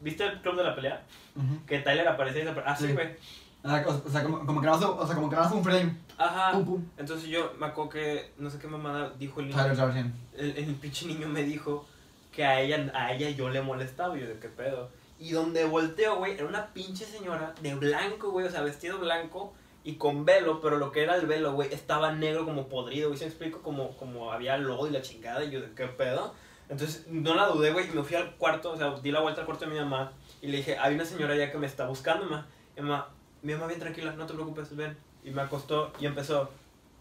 [SPEAKER 2] ¿Viste el club de la pelea?
[SPEAKER 1] Ujú.
[SPEAKER 2] Que Tyler aparece y desaparece. Ah, sí,
[SPEAKER 1] Sí.
[SPEAKER 2] güey.
[SPEAKER 1] Ah, O o sea, como, como que nada más, o sea, como que nada más un frame.
[SPEAKER 2] Ajá.
[SPEAKER 1] Pum, pum.
[SPEAKER 2] Entonces yo me acuerdo que. No sé qué mamada dijo el niño.
[SPEAKER 1] Tyler Durden.
[SPEAKER 2] el, el pinche niño me dijo que a ella, a ella yo le molestaba. Y yo, de qué pedo. Y donde volteo, güey, era una pinche señora de blanco, güey, o sea, vestido blanco y con velo, pero lo que era el velo, güey, estaba negro como podrido, güey. Se me explico como, como había lodo y la chingada. Y yo, de qué pedo. Entonces no la dudé, güey, y me fui al cuarto, o sea, di la vuelta al cuarto de mi mamá y le dije, hay una señora allá que me está buscando, mamá. Y mamá, mi mamá bien tranquila, no te preocupes, ven. Y me acostó y empezó,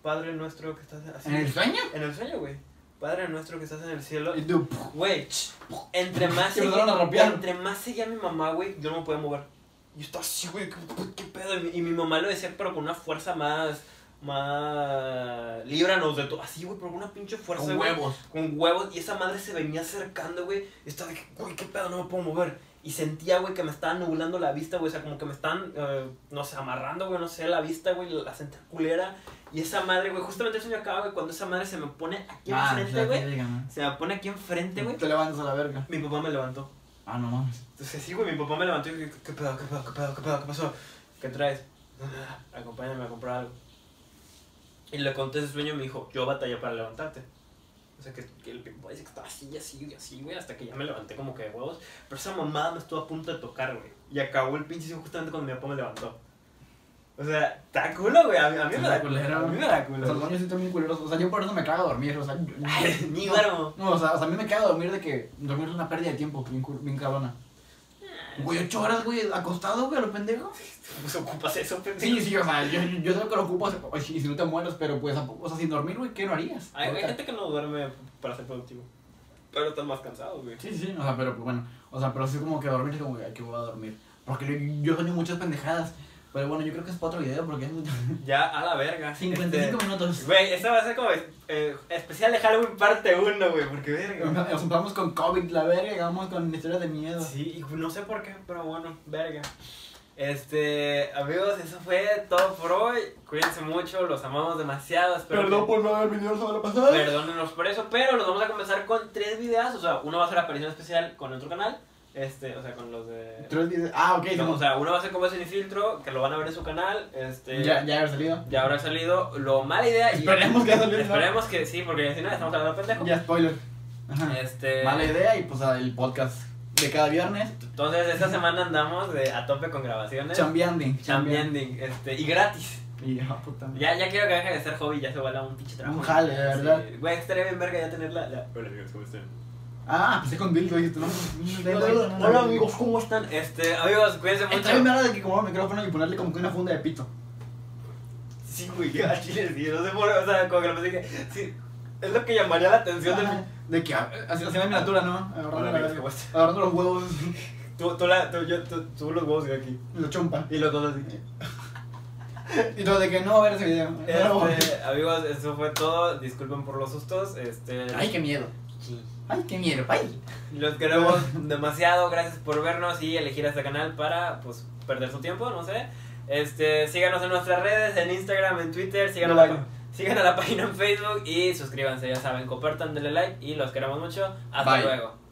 [SPEAKER 2] Padre nuestro que estás
[SPEAKER 1] ¿En el sueño?
[SPEAKER 2] en el sueño, güey. Padre nuestro que estás en el cielo.
[SPEAKER 1] Y tú,
[SPEAKER 2] Güey, ch- entre más
[SPEAKER 1] Y empezaron a rapear.
[SPEAKER 2] entre más seguía mi mamá, güey, yo no me podía mover. Yo estaba así, güey, ¿qué, qué- qué pedo? Y mi, y mi mamá lo decía, pero con una fuerza más, más, líbranos de todo. Así, güey, pero con una pinche fuerza,
[SPEAKER 1] con
[SPEAKER 2] güey
[SPEAKER 1] huevos.
[SPEAKER 2] con huevos y esa madre se venía acercando, güey. y Estaba de que, güey, qué pedo, no me puedo mover. Y sentía, güey, que me estaban nublando la vista, güey. O sea, como que me estaban, eh, no sé, amarrando, güey, no sé, la vista, güey, la sentía culera. Y esa madre, güey, justamente el sueño acaba, güey, cuando esa madre se me pone aquí
[SPEAKER 1] Ah, o
[SPEAKER 2] enfrente,
[SPEAKER 1] sea,
[SPEAKER 2] güey.
[SPEAKER 1] que digan,
[SPEAKER 2] Se me pone aquí enfrente,
[SPEAKER 1] ¿no?
[SPEAKER 2] güey.
[SPEAKER 1] Te levantas a la verga.
[SPEAKER 2] Mi papá me levantó.
[SPEAKER 1] Ah, no mames.
[SPEAKER 2] Entonces, sí, güey, mi papá me levantó y dije, ¿qué pedo, qué pedo, qué pedo, qué pedo, qué pasó? ¿Qué traes? Acompáñame a comprar algo. Y le conté ese sueño y me dijo, yo batallé para levantarte. O sea, que, que el pinche dice que estaba así, y así, y así, güey, hasta que ya me levanté como que de huevos. Pero esa mamada me estuvo a punto de tocar, güey. Y acabó el pinche sueño justamente cuando mi papá me levantó. O sea, está culo, güey. A mí, a mí me da
[SPEAKER 1] Culero.
[SPEAKER 2] culero. A mí me
[SPEAKER 1] O
[SPEAKER 2] da
[SPEAKER 1] sea, los
[SPEAKER 2] culo.
[SPEAKER 1] sueños sí están bien culeros. O sea, yo por eso me cago a dormir. O sea, yo-
[SPEAKER 2] Ni
[SPEAKER 1] no,
[SPEAKER 2] duermo.
[SPEAKER 1] No, o sea, o sea, a mí me cago a dormir de que dormir es una pérdida de tiempo bien, cul- bien cabrona. Güey, ocho horas, güey, acostado, güey, a lo pendejo.
[SPEAKER 2] Pues ocupas eso, pendejo.
[SPEAKER 1] Sí, sí, o sea, yo, yo, yo creo que lo ocupo o- y si no te mueres, pero pues, o sea, sin dormir, güey, ¿qué no harías?
[SPEAKER 2] Hay, hay
[SPEAKER 1] Ahorita.
[SPEAKER 2] gente que no duerme para ser productivo. Pero están más cansados, güey.
[SPEAKER 1] Sí, sí, o sea, pero pues, bueno, o sea, pero sí como que dormir, como que aquí voy a dormir. Porque yo, yo sueño muchas pendejadas, pero bueno, yo creo que es para otro video porque es
[SPEAKER 2] Ya a la verga.
[SPEAKER 1] 55 minutos.
[SPEAKER 2] Este, Güey, esta va a ser como eh, especial de Halloween parte 1, güey, porque verga.
[SPEAKER 1] Nos juntamos con COVID, la verga, llegamos con historias de miedo.
[SPEAKER 2] Sí, y no sé por qué, pero bueno, verga. Este, amigos, eso fue todo por hoy. Cuídense mucho, los amamos demasiado. espero que-
[SPEAKER 1] por no haber venido la semana pasada.
[SPEAKER 2] Perdónenos por eso, pero los vamos a comenzar con tres videos. O sea, uno va a ser aparición especial con otro canal. Este, o sea, con los de.
[SPEAKER 1] Tú les dices, ah, ok,
[SPEAKER 2] No,
[SPEAKER 1] Simón.
[SPEAKER 2] o sea, uno va a hacer como sin filtro, que lo van a ver en su canal. Este,
[SPEAKER 1] ya, ya haber salido.
[SPEAKER 2] ya habrá salido. Lo mala idea. y-
[SPEAKER 1] Esperemos que haya salido, ¿no?
[SPEAKER 2] Esperemos que sí, porque si no, estamos hablando pendejo.
[SPEAKER 1] Ya, spoiler. Ajá.
[SPEAKER 2] Este,
[SPEAKER 1] Mala idea y pues el podcast de cada viernes.
[SPEAKER 2] Entonces, esta semana andamos de, a tope con grabaciones.
[SPEAKER 1] Chambianding.
[SPEAKER 2] Chambeanding, este, y gratis.
[SPEAKER 1] Y ah, puta madre.
[SPEAKER 2] Ya, ya quiero que deje de ser hobby, ya se vuelva un pinche trabajo.
[SPEAKER 1] Un jale, de verdad.
[SPEAKER 2] Sí. Güey, estaría bien verga ya tener la... la-
[SPEAKER 3] Hola amigos, ¿cómo están?
[SPEAKER 1] Ah, empecé con Dildo, dijiste, ¿no? pues,
[SPEAKER 2] Hola amigos, ¿cómo están? Este, amigos, cuídense
[SPEAKER 1] Está bien
[SPEAKER 2] mucho.
[SPEAKER 1] nada de que como el micrófono y ponerle como que una funda de pito.
[SPEAKER 2] Sí, güey, que a Chile, sí, no sé por o sea, como que lo pensé que... Sí, es lo que llamaría la atención del...
[SPEAKER 1] Ajá. De que ah,
[SPEAKER 2] eh,
[SPEAKER 1] así así la miniatura, ¿no?
[SPEAKER 2] Hola
[SPEAKER 1] Agarrando, la
[SPEAKER 2] amigos,
[SPEAKER 1] verga.
[SPEAKER 2] ¿cómo están?
[SPEAKER 1] Agarrando los huevos,
[SPEAKER 2] Tú, tú, la, tú, yo, tú, tú los huevos de aquí.
[SPEAKER 1] lo chompa.
[SPEAKER 2] Y los dos así.
[SPEAKER 1] Y todo de que no va a ver ese video. No.
[SPEAKER 2] Este, amigos, eso fue todo. Disculpen por los sustos. Este...
[SPEAKER 1] Ay, qué miedo.
[SPEAKER 2] sí.
[SPEAKER 1] Ay, qué miedo. Ay.
[SPEAKER 2] Los queremos demasiado, gracias por vernos y elegir este canal para pues perder su tiempo, no sé. Este, síganos en nuestras redes, en Instagram, en Twitter, sigan,
[SPEAKER 1] No
[SPEAKER 2] a, la,
[SPEAKER 1] vayan.
[SPEAKER 2] pa- sigan a la página en Facebook y suscríbanse, ya saben, compartan, denle like y los queremos mucho. Hasta
[SPEAKER 1] Bye.
[SPEAKER 2] luego.